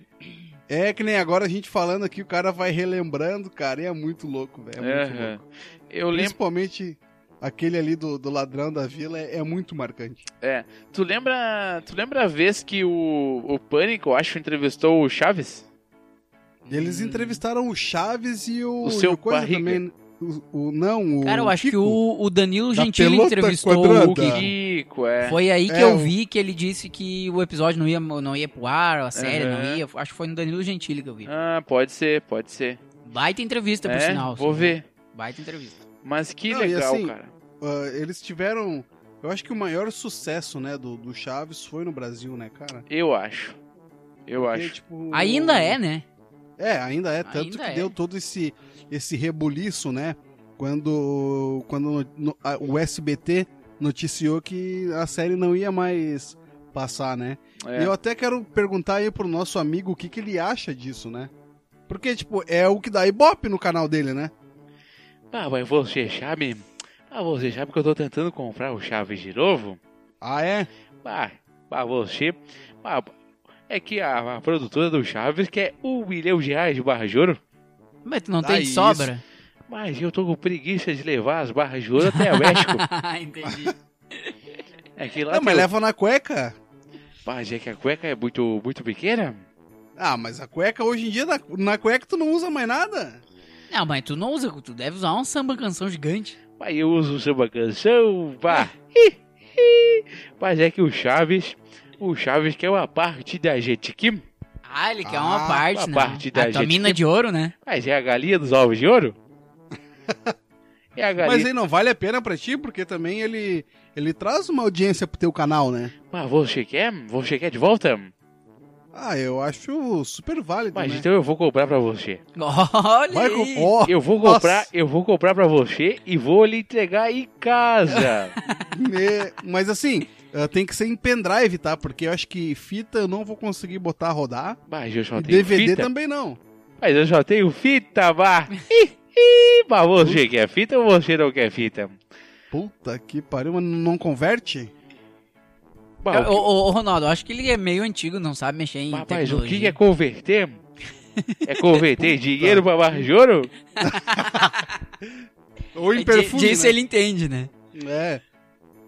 Speaker 3: É que nem agora a gente falando aqui, o cara vai relembrando, cara, e é muito louco, velho. É muito
Speaker 2: Aham.
Speaker 3: louco.
Speaker 2: Eu lembro.
Speaker 3: Principalmente aquele ali do, do ladrão da vila é, é muito marcante.
Speaker 2: Tu lembra. Tu lembra a vez que o, o Pânico, eu acho, entrevistou o Chaves?
Speaker 3: Eles entrevistaram o Chaves e
Speaker 2: Hum.
Speaker 3: o.
Speaker 2: O seu
Speaker 3: e coisa
Speaker 2: Barriga.
Speaker 3: também. O, o- não, o.
Speaker 1: Cara, eu acho que
Speaker 3: Kiko.
Speaker 1: o, o Danilo
Speaker 3: Da
Speaker 1: Gentili
Speaker 3: pelota
Speaker 1: entrevistou o
Speaker 3: quadrada.
Speaker 1: Kiki.
Speaker 2: Kiko, é.
Speaker 1: Foi aí que
Speaker 3: É,
Speaker 1: eu
Speaker 3: o-
Speaker 1: vi que ele disse que o episódio não ia, não ia pro ar, a série
Speaker 2: Aham.
Speaker 1: não ia. Acho que foi no Danilo Gentili que eu vi.
Speaker 2: Ah, pode ser, pode ser.
Speaker 1: Baita entrevista, por
Speaker 2: É,
Speaker 1: sinal.
Speaker 2: vou
Speaker 1: assim.
Speaker 2: ver.
Speaker 1: Baita entrevista.
Speaker 2: Mas que
Speaker 3: Não, e
Speaker 2: legal,
Speaker 3: assim,
Speaker 2: cara.
Speaker 3: Ah, eles tiveram. Eu acho que o maior sucesso, né, do, do Chaves foi no Brasil, né, cara?
Speaker 2: Eu acho. Eu
Speaker 3: Porque,
Speaker 2: acho.
Speaker 3: tipo,
Speaker 1: Ainda é, né?
Speaker 3: É, ainda é. Tanto
Speaker 1: Ainda
Speaker 3: que
Speaker 1: é.
Speaker 3: deu todo esse, esse rebuliço, né? Quando, quando no- a- o SBT noticiou que a série não ia mais passar, né?
Speaker 2: É.
Speaker 3: E eu até quero perguntar aí pro nosso amigo o que, que ele acha disso, né? Porque, tipo, é o que dá ibope no canal dele, né?
Speaker 2: Ah, mas você sabe. Ah, você sabe que eu tô tentando comprar o Chaves de novo?
Speaker 3: Ah, é?
Speaker 2: Ah, ah você. Ah, é que a, a produtora do Chaves quer um milhão de reais de barra de ouro.
Speaker 1: Mas tu não
Speaker 2: Tá
Speaker 3: Ah,
Speaker 1: tem de
Speaker 3: isso.
Speaker 1: sobra?
Speaker 2: Mas eu tô com preguiça de levar as barras de ouro até o México.
Speaker 1: Entendi.
Speaker 2: É que lá.
Speaker 3: Não, mas
Speaker 2: tem o-
Speaker 3: leva na cueca.
Speaker 2: Mas é que a cueca é muito, muito pequena?
Speaker 3: Ah, mas a cueca hoje em dia, na, na cueca tu não usa mais nada.
Speaker 1: Não, mas tu não usa, tu deve usar um samba canção gigante.
Speaker 2: Mas eu uso samba canção. Pá.
Speaker 3: É.
Speaker 2: mas é que o Chaves. O Chaves quer uma parte da gente que.
Speaker 1: Ah, ele quer
Speaker 3: Ah,
Speaker 1: uma parte,
Speaker 2: uma
Speaker 1: né?
Speaker 2: parte da
Speaker 1: a tua
Speaker 2: gente
Speaker 1: mina
Speaker 2: que-
Speaker 1: de ouro, né?
Speaker 2: Mas é a galinha dos ovos de ouro? É a galinha.
Speaker 3: Mas aí não vale a pena pra ti, porque também ele, ele traz uma audiência pro teu canal, né?
Speaker 2: Mas você quer? Você quer de volta?
Speaker 3: Ah, eu acho super válido,
Speaker 2: Mas é
Speaker 3: né?
Speaker 2: então eu vou comprar pra você.
Speaker 1: Olha
Speaker 3: Vai
Speaker 1: aí.
Speaker 3: com... ó,
Speaker 2: Eu vou
Speaker 3: Nossa.
Speaker 2: comprar, eu vou comprar pra você e vou lhe entregar em casa.
Speaker 3: me- Mas assim, eh, tem que ser em pendrive, tá? Porque eu acho que fita eu não vou conseguir botar a rodar.
Speaker 2: Mas eu só
Speaker 3: E
Speaker 2: tenho
Speaker 3: DVD
Speaker 2: fita.
Speaker 3: também não.
Speaker 2: Mas eu só tenho fita, vá. Ih, ih, Mas você quer fita ou você não quer fita?
Speaker 3: Puta que pariu, mas não converte?
Speaker 2: Bah,
Speaker 1: É, Ô,
Speaker 2: o
Speaker 1: ô, ô, Ronaldo, eu acho que ele é meio antigo, não sabe mexer
Speaker 2: que,
Speaker 1: em
Speaker 2: mas, mas o
Speaker 1: tecnologia.
Speaker 2: que é converter? É converter dinheiro pra barra de ouro?
Speaker 3: Ou
Speaker 2: É,
Speaker 3: em
Speaker 1: Di-
Speaker 3: perfume,
Speaker 1: Disso
Speaker 3: né?
Speaker 1: ele entende, né?
Speaker 3: É.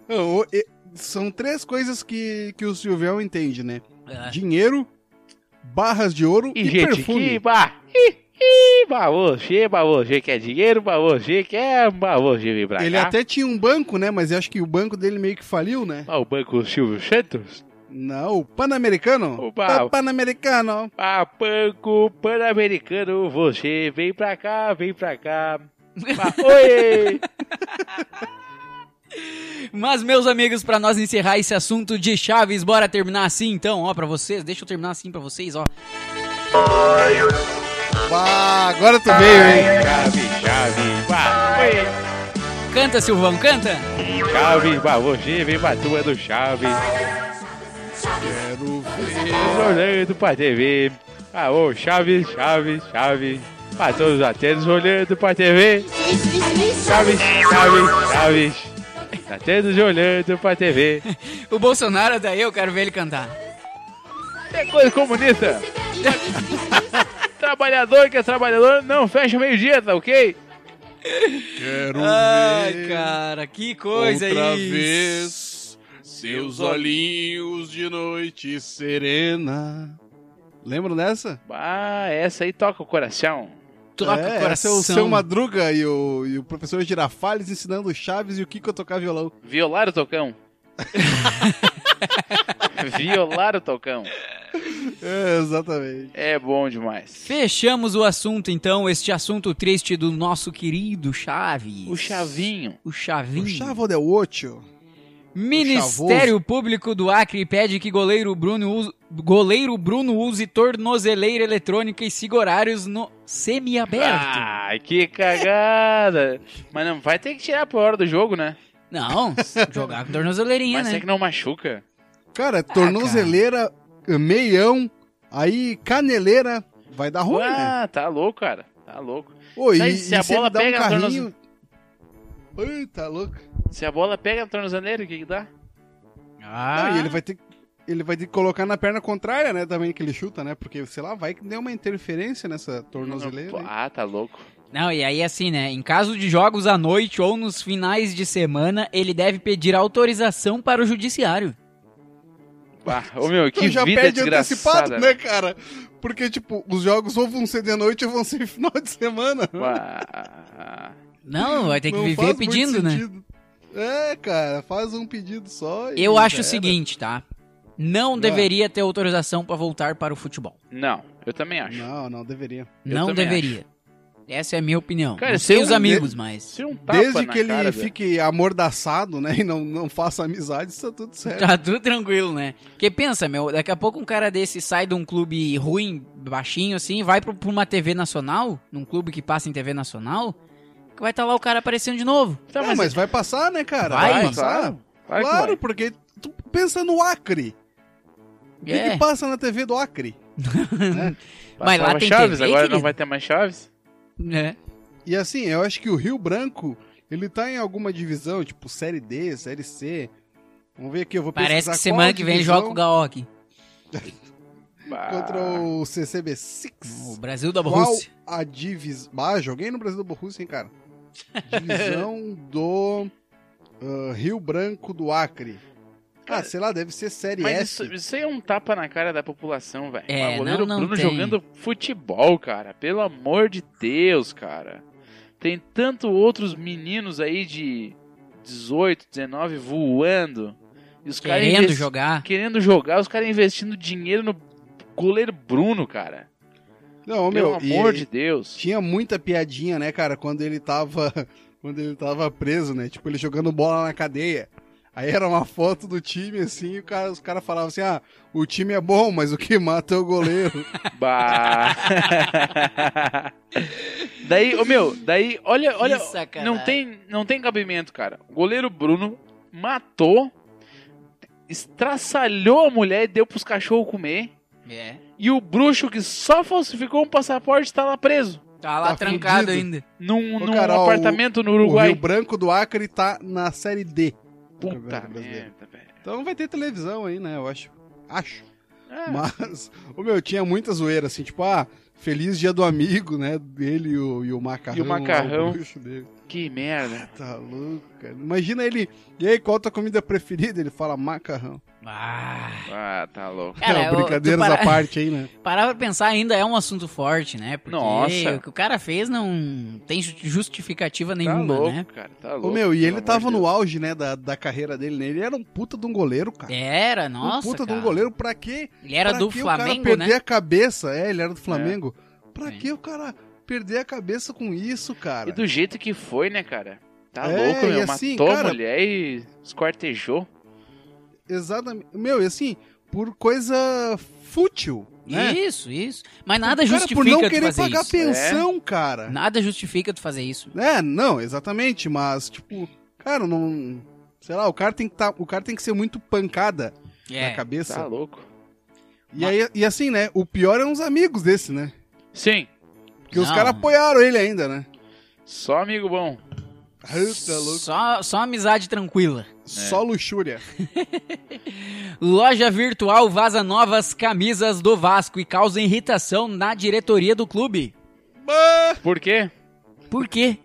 Speaker 3: Ou- e- São três coisas que, que o Silvião entende, né?
Speaker 1: Ah.
Speaker 3: Dinheiro, barras de ouro
Speaker 2: E,
Speaker 3: e,
Speaker 2: gente
Speaker 3: perfume.
Speaker 2: que, bah, ih, ih, bah, você, bah, você quer dinheiro, bah, você quer, bah, você tá? vem pra
Speaker 3: Ele
Speaker 2: cá.
Speaker 3: até tinha um banco, né? Mas eu acho que o banco dele meio que faliu, né?
Speaker 2: Ah, o Banco Silvio Santos?
Speaker 3: Não, o Pan-Americano.
Speaker 2: O Bau.
Speaker 3: Pa- Pan-Americano.
Speaker 2: Ah, Banco Pan-Americano, você vem pra cá, vem pra cá. Ah, oi!
Speaker 1: Mas, meus amigos, pra nós encerrar esse assunto de Chaves, bora terminar assim então, ó, pra vocês. Deixa eu terminar assim pra vocês, ó.
Speaker 3: Bah, agora tu veio, hein?
Speaker 2: Chave, chave, pá, oi.
Speaker 1: Canta, Silvão, canta!
Speaker 2: Chave, pá, você vem pra tua do chave.
Speaker 3: Quero ver.
Speaker 2: Olhando pra TV. Ah, ô, chave, chave, chave. Pra todos atentos olhando pra TV. Chave, chave, chave. Atentos olhando pra TV.
Speaker 1: O Bolsonaro é daí, eu quero ver ele cantar.
Speaker 2: É coisa comunista. Trabalhador que é trabalhador não fecha meio-dia, tá ok?
Speaker 3: Quero
Speaker 1: Ai,
Speaker 3: ver
Speaker 1: cara, que coisa
Speaker 3: outra
Speaker 1: isso.
Speaker 3: vez seus olhinhos de noite serena. Lembram dessa?
Speaker 2: Ah, essa aí toca o coração.
Speaker 1: Toca
Speaker 3: é,
Speaker 1: o
Speaker 3: Essa é
Speaker 1: coração.
Speaker 3: o seu Madruga e o, e o professor Girafales ensinando o Chaves e o Kiko a tocar violão.
Speaker 2: Violar o tocão. Violar o tocão.
Speaker 3: É, exatamente.
Speaker 2: É bom demais.
Speaker 1: Fechamos o assunto então, este assunto triste do nosso querido Chaves.
Speaker 2: O chavinho.
Speaker 1: O Chavinho.
Speaker 3: O Chavo del Ocho.
Speaker 1: Ministério Público do Acre pede que goleiro Bruno, use, goleiro Bruno use tornozeleira eletrônica e siga horários no semiaberto.
Speaker 3: Ah.
Speaker 2: Ai, que cagada. Mas não vai ter que tirar por hora do jogo, né?
Speaker 1: Não, jogar com tornozeleirinha,
Speaker 2: Mas
Speaker 1: né?
Speaker 2: é que não machuca.
Speaker 3: Cara, tornozeleira,
Speaker 2: Ah,
Speaker 3: meião, aí caneleira, vai dar ruim, né?
Speaker 2: ah, tá louco, cara. Tá louco.
Speaker 3: Ô, e,
Speaker 2: Daí,
Speaker 3: e
Speaker 2: se
Speaker 3: se
Speaker 2: a
Speaker 3: ele
Speaker 2: bola
Speaker 3: dá um
Speaker 2: pega na
Speaker 3: carrinho... Ui, tá louco.
Speaker 2: Se a bola pega na tornozeleira, o que que dá?
Speaker 1: Ah,
Speaker 3: Não, e ele vai ter que- ele vai ter que colocar na perna contrária, né, também que ele chuta, né? Porque, sei lá, vai que deu uma interferência nessa tornozeleira. hein?
Speaker 2: Ah, tá louco.
Speaker 1: Não, e aí assim, né? Em caso de jogos à noite ou nos finais de semana, ele deve pedir autorização para o judiciário.
Speaker 2: Ah, ô meu, que
Speaker 3: Então já
Speaker 2: vida
Speaker 3: perde
Speaker 2: desgraçada.
Speaker 3: antecipado, né, cara? Porque, tipo, os jogos ou vão ser de noite ou vão ser final de semana.
Speaker 2: Ah,
Speaker 1: Não, vai ter que
Speaker 3: Não
Speaker 1: viver
Speaker 3: faz muito
Speaker 1: pedindo, né?
Speaker 3: sentido. É, cara, faz um pedido só. e
Speaker 1: Eu
Speaker 3: já
Speaker 1: acho o
Speaker 3: era.
Speaker 1: seguinte, tá? Não
Speaker 3: Ah.
Speaker 1: deveria ter autorização para voltar para o futebol.
Speaker 2: Não, eu também acho.
Speaker 3: Não, não deveria.
Speaker 2: Eu
Speaker 1: Não
Speaker 2: também
Speaker 1: deveria. Essa é a minha opinião.
Speaker 2: Cara,
Speaker 1: Não
Speaker 2: se
Speaker 1: sei
Speaker 2: eu-
Speaker 1: os amigos, mas.
Speaker 2: Se um tapa na
Speaker 3: Desde que ele
Speaker 2: cara, velho.
Speaker 3: fique amordaçado, né, e não, não faça amizade, isso tá tudo certo.
Speaker 1: Tá tudo tranquilo, né? Porque pensa, meu, daqui a pouco um cara desse sai de um clube ruim, baixinho, assim, vai pro- pra uma TV nacional, num clube que passa em TV nacional, que vai estar lá o cara aparecendo de novo.
Speaker 2: Tá,
Speaker 3: Não,
Speaker 2: mas,
Speaker 3: mas vai passar, né, cara?
Speaker 1: Vai,
Speaker 3: passar.
Speaker 2: claro. Claro, que
Speaker 3: Claro,
Speaker 2: vai.
Speaker 3: porque tu pensa no Acre. O que que,
Speaker 1: É.
Speaker 3: passa na TV do Acre? Né?
Speaker 1: Mas lá
Speaker 2: Passava
Speaker 1: tem
Speaker 2: Chaves,
Speaker 1: TV,
Speaker 2: agora
Speaker 1: querido?
Speaker 2: não vai ter mais Chaves?
Speaker 1: né?
Speaker 3: E assim, eu acho que o Rio Branco, ele tá em alguma divisão, tipo Série D, Série C. Vamos ver aqui, eu vou
Speaker 1: Parece
Speaker 3: pesquisar
Speaker 1: que
Speaker 3: qual
Speaker 1: semana que vem ele
Speaker 3: divisão
Speaker 1: joga com o Gaó aqui.
Speaker 2: Bah.
Speaker 3: Contra o CCB
Speaker 1: O
Speaker 3: 6.
Speaker 1: Brasil da
Speaker 3: Qual
Speaker 1: Borrússia.
Speaker 3: a divisão... Ah, joguei no Brasil do Borrússia, hein, cara? Divisão do ah, Rio Branco do Acre. Ah, sei lá, deve ser Série
Speaker 2: Mas
Speaker 3: S.
Speaker 2: isso, isso aí é um tapa na cara da população, velho.
Speaker 1: É,
Speaker 2: Mas o goleiro
Speaker 1: não, não
Speaker 2: Bruno
Speaker 1: tem.
Speaker 2: jogando futebol, cara. Pelo amor de Deus, cara. Tem tanto outros meninos aí de 18, 19 voando. E os caras
Speaker 1: Querendo
Speaker 2: investi-
Speaker 1: jogar.
Speaker 2: querendo jogar, os caras investindo dinheiro no goleiro Bruno, cara. Pelo
Speaker 3: Não, meu, e-
Speaker 2: amor de Deus.
Speaker 3: Tinha muita piadinha, né, cara, quando ele tava. Quando ele tava preso, né? Tipo, ele jogando bola na cadeia. Aí era uma foto do time, assim, e o cara, os caras falavam assim, ah, o time é bom, mas o que mata é o goleiro.
Speaker 2: Bah. daí, ô meu, daí, olha, olha,
Speaker 1: Que sacanagem.
Speaker 2: não tem, não tem cabimento, cara. O goleiro Bruno matou, estraçalhou a mulher e deu pros cachorros comer.
Speaker 1: É.
Speaker 2: E o bruxo que só falsificou um passaporte tá lá preso.
Speaker 1: Tá lá
Speaker 3: Tá
Speaker 1: trancado
Speaker 3: fudido.
Speaker 1: ainda.
Speaker 2: Num,
Speaker 3: Ô,
Speaker 2: num
Speaker 3: cara, ó,
Speaker 2: apartamento no
Speaker 3: O Rio
Speaker 2: Uruguai.
Speaker 3: Branco do Acre tá na série D.
Speaker 2: Puta
Speaker 3: brasileiro.
Speaker 2: merda, velho.
Speaker 3: Então vai ter televisão aí, né? Eu acho. Acho.
Speaker 2: Ah,
Speaker 3: Mas, o meu, tinha muita zoeira, assim, tipo, ah, feliz dia do amigo, né? Dele e o, e o macarrão.
Speaker 2: E o
Speaker 3: lá,
Speaker 2: macarrão.
Speaker 3: bruxo dele.
Speaker 2: que merda.
Speaker 3: Tá louco, cara. Imagina ele. E aí, qual a tua comida preferida? Ele fala macarrão.
Speaker 1: Ah.
Speaker 2: Ah, tá louco.
Speaker 1: Cara,
Speaker 3: não,
Speaker 1: eu-
Speaker 3: brincadeiras
Speaker 1: tu para-
Speaker 3: à parte aí, né?
Speaker 1: Parar pra pensar ainda é um assunto forte, né? Porque
Speaker 2: Nossa.
Speaker 1: o que o cara fez não tem ju- justificativa
Speaker 2: Tá
Speaker 1: nenhuma,
Speaker 2: louco,
Speaker 1: né?
Speaker 2: cara. Tá louco.
Speaker 3: Ô, meu,
Speaker 2: pelo
Speaker 3: e ele
Speaker 2: amor
Speaker 3: tava
Speaker 2: de
Speaker 3: no
Speaker 2: Deus.
Speaker 3: auge, né, da, da carreira dele, né? Ele era um puta de um goleiro, cara.
Speaker 1: Era, nossa.
Speaker 3: um puta
Speaker 1: cara.
Speaker 3: de um goleiro, pra quê?
Speaker 1: Ele era
Speaker 3: pra
Speaker 1: do
Speaker 3: que o cara
Speaker 1: Flamengo,
Speaker 3: perder
Speaker 1: né? É.
Speaker 3: a cabeça, é, ele era do Flamengo. Pra
Speaker 1: Sim.
Speaker 3: que o cara perder a cabeça com isso, cara?
Speaker 2: E do jeito que foi, né, cara? Tá
Speaker 3: Ah, É,
Speaker 2: louco, meu.
Speaker 3: e assim,
Speaker 2: Matou
Speaker 3: cara-
Speaker 2: a mulher e esquartejou. Tá
Speaker 3: Exatamente. Meu, e assim, por coisa fútil, né?
Speaker 1: Isso, isso. Mas nada
Speaker 3: Cara,
Speaker 1: justifica
Speaker 3: por não
Speaker 1: tu
Speaker 3: querer
Speaker 1: fazer
Speaker 3: pagar
Speaker 1: isso.
Speaker 3: pensão, cara.
Speaker 1: Nada justifica tu fazer isso.
Speaker 3: É, não, exatamente, mas tipo, cara, não, sei lá, o cara tem que tá, o cara tem que ser muito pancada na
Speaker 1: É.
Speaker 3: cabeça.
Speaker 2: Tá louco.
Speaker 3: E aí e assim, né? O pior é uns amigos desse, né?
Speaker 2: Sim,
Speaker 3: Porque os
Speaker 1: Não.
Speaker 3: caras apoiaram ele ainda, né?
Speaker 2: só amigo bom.
Speaker 3: Ah, tá louco.
Speaker 1: Só, só amizade tranquila.
Speaker 3: Só luxúria.
Speaker 1: Loja virtual vaza novas camisas do Vasco e causa irritação na diretoria do clube.
Speaker 3: Bah,
Speaker 2: Por quê?
Speaker 1: Por quê?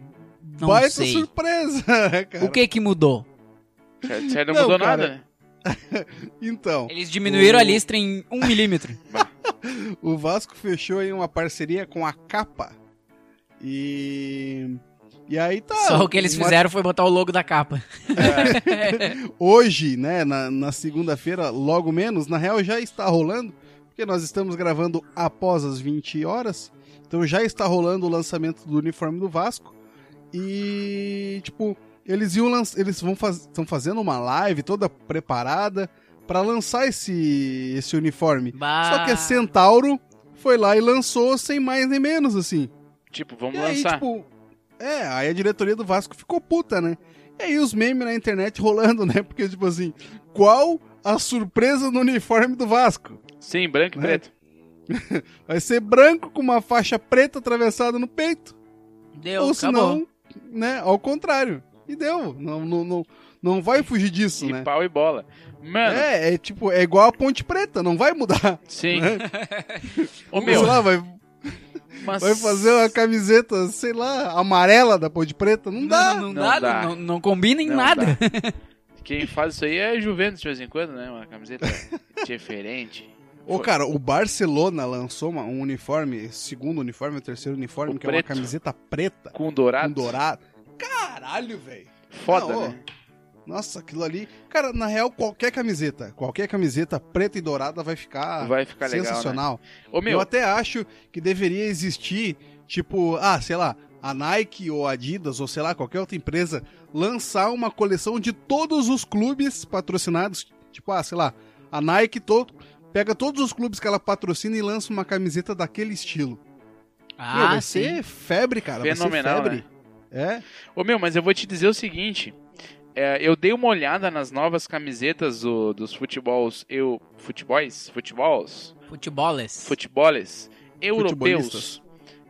Speaker 1: Não
Speaker 3: baita
Speaker 1: sei.
Speaker 3: surpresa, né, cara.
Speaker 1: O que que mudou?
Speaker 2: Certo, certo, não,
Speaker 3: Não,
Speaker 2: mudou
Speaker 3: cara.
Speaker 2: nada, né?
Speaker 3: Então,
Speaker 1: Eles diminuíram
Speaker 3: O-
Speaker 1: a listra em um milímetro.
Speaker 3: o Vasco fechou aí uma parceria com a Capa. E e aí tá.
Speaker 1: Só o que eles
Speaker 3: uma-
Speaker 1: fizeram foi botar o logo da capa.
Speaker 3: É. hoje, né, na, na segunda-feira, logo menos, na real já está rolando, porque nós estamos gravando após as 20 horas, então já está rolando o lançamento do uniforme do Vasco. E, tipo, eles iam lanç- eles vão faz... estão fazendo uma live toda preparada para lançar esse esse uniforme.
Speaker 1: Bah.
Speaker 2: Ah.
Speaker 3: Só que é a Centauro foi lá e lançou sem mais nem menos, assim.
Speaker 2: Tipo, vamos
Speaker 3: E aí,
Speaker 2: lançar.
Speaker 3: tipo, é, aí a diretoria do Vasco ficou puta, né? E aí os memes na internet rolando, né? Porque, tipo assim, qual a surpresa no uniforme do Vasco?
Speaker 2: Sim, branco e
Speaker 3: Né?
Speaker 2: preto.
Speaker 3: Vai ser branco com uma faixa preta atravessada no peito?
Speaker 1: Deu,
Speaker 3: ou se
Speaker 1: acabou.
Speaker 3: não, né? Ao contrário. E deu. Não, não, não, não vai fugir disso,
Speaker 2: e
Speaker 3: né?
Speaker 2: pau e bola. Mano,
Speaker 3: É, é tipo, é igual a ponte preta, não vai mudar.
Speaker 2: sim.
Speaker 3: né?
Speaker 2: Ô
Speaker 3: Sei
Speaker 2: meu,
Speaker 3: lá, vai,
Speaker 2: mas...
Speaker 3: vai fazer uma camiseta, sei lá, amarela da ponte preta? Não, dá.
Speaker 1: Não, não
Speaker 2: Não
Speaker 1: dá,
Speaker 2: dá.
Speaker 1: Não, não combina em
Speaker 2: Não
Speaker 1: nada.
Speaker 2: dá. Quem faz isso aí é Juventus de vez em quando, né? Uma camiseta diferente.
Speaker 3: Ô, cara, o Barcelona lançou uma- um uniforme, segundo uniforme, ou terceiro uniforme,
Speaker 2: O
Speaker 3: que é uma
Speaker 2: preto.
Speaker 3: camiseta preta,
Speaker 2: Com dourado.
Speaker 3: com dourado. Caralho, velho.
Speaker 2: Foda,
Speaker 3: Não, ô.
Speaker 2: né?
Speaker 3: Nossa, aquilo ali. Cara, na real, qualquer camiseta, qualquer camiseta preta e dourada vai ficar
Speaker 2: Vai ficar legal,
Speaker 3: ah, sensacional.
Speaker 2: Né? Ô
Speaker 3: Eu
Speaker 2: meu,
Speaker 3: até acho que deveria existir, tipo, ah, sei lá, a Nike ou a Adidas ou sei lá, qualquer outra empresa lançar uma coleção de todos os clubes patrocinados, tipo, ah, sei lá, a Nike todo pega todos os clubes que ela patrocina e lança uma camiseta daquele estilo. Meu,
Speaker 1: Ah,
Speaker 3: vai
Speaker 1: sim.
Speaker 3: ser febre, cara,
Speaker 2: Fenomenal, né?
Speaker 3: vai ser febre. É?
Speaker 2: ô meu, mas eu vou te dizer o seguinte. é, eu dei uma olhada nas novas camisetas do- dos futebols, eu, futebols, futebols,
Speaker 1: Futebolas.
Speaker 2: futeboles europeus.
Speaker 3: Futebolistas.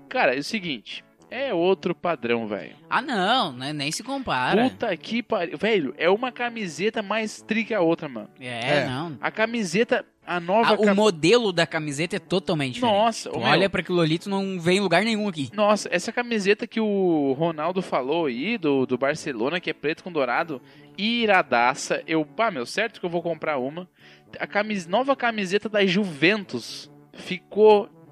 Speaker 2: Cara, é o seguinte, é outro padrão, velho.
Speaker 1: Ah, não, né? nem se compara.
Speaker 2: Puta que pariu. Velho, é uma camiseta mais tri que a outra, mano.
Speaker 1: É,
Speaker 3: É.
Speaker 1: não.
Speaker 2: A camiseta, a
Speaker 1: Ah,
Speaker 2: nova
Speaker 1: o
Speaker 2: cam-
Speaker 1: modelo da camiseta é totalmente diferente.
Speaker 2: Nossa,
Speaker 1: Tu
Speaker 2: ô, meu,
Speaker 1: olha pra aquilo ali, tu não vê em lugar nenhum aqui.
Speaker 2: Nossa, essa camiseta que o Ronaldo falou aí, do, do Barcelona, que é preto com dourado, iradaça. Eu, pá, meu, certo que eu vou comprar uma. A camis, nova camiseta da Juventus ficou
Speaker 3: Ficou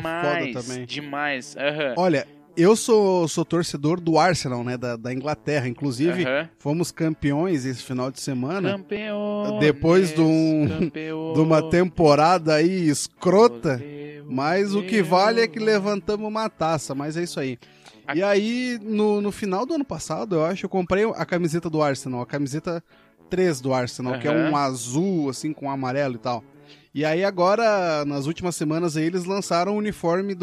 Speaker 2: demais.
Speaker 3: foda também.
Speaker 2: Demais. Aham.
Speaker 3: Olha, eu sou, sou torcedor do Arsenal, né, da, da Inglaterra, inclusive
Speaker 2: aham.
Speaker 3: fomos campeões esse final de semana.
Speaker 2: Campeões,
Speaker 3: Depois de um-
Speaker 2: campeões,
Speaker 3: De uma temporada aí escrota.
Speaker 2: Deus,
Speaker 3: Mas o que
Speaker 2: Deus.
Speaker 3: vale é que levantamos uma taça, mas é isso aí.
Speaker 2: A-
Speaker 3: E aí, no, no final do ano passado, eu acho, eu comprei a camiseta do Arsenal, a camiseta 3 do Arsenal, que é
Speaker 2: Aham.
Speaker 3: um azul, assim, com amarelo e tal. E aí agora, nas últimas semanas aí, eles lançaram o uniforme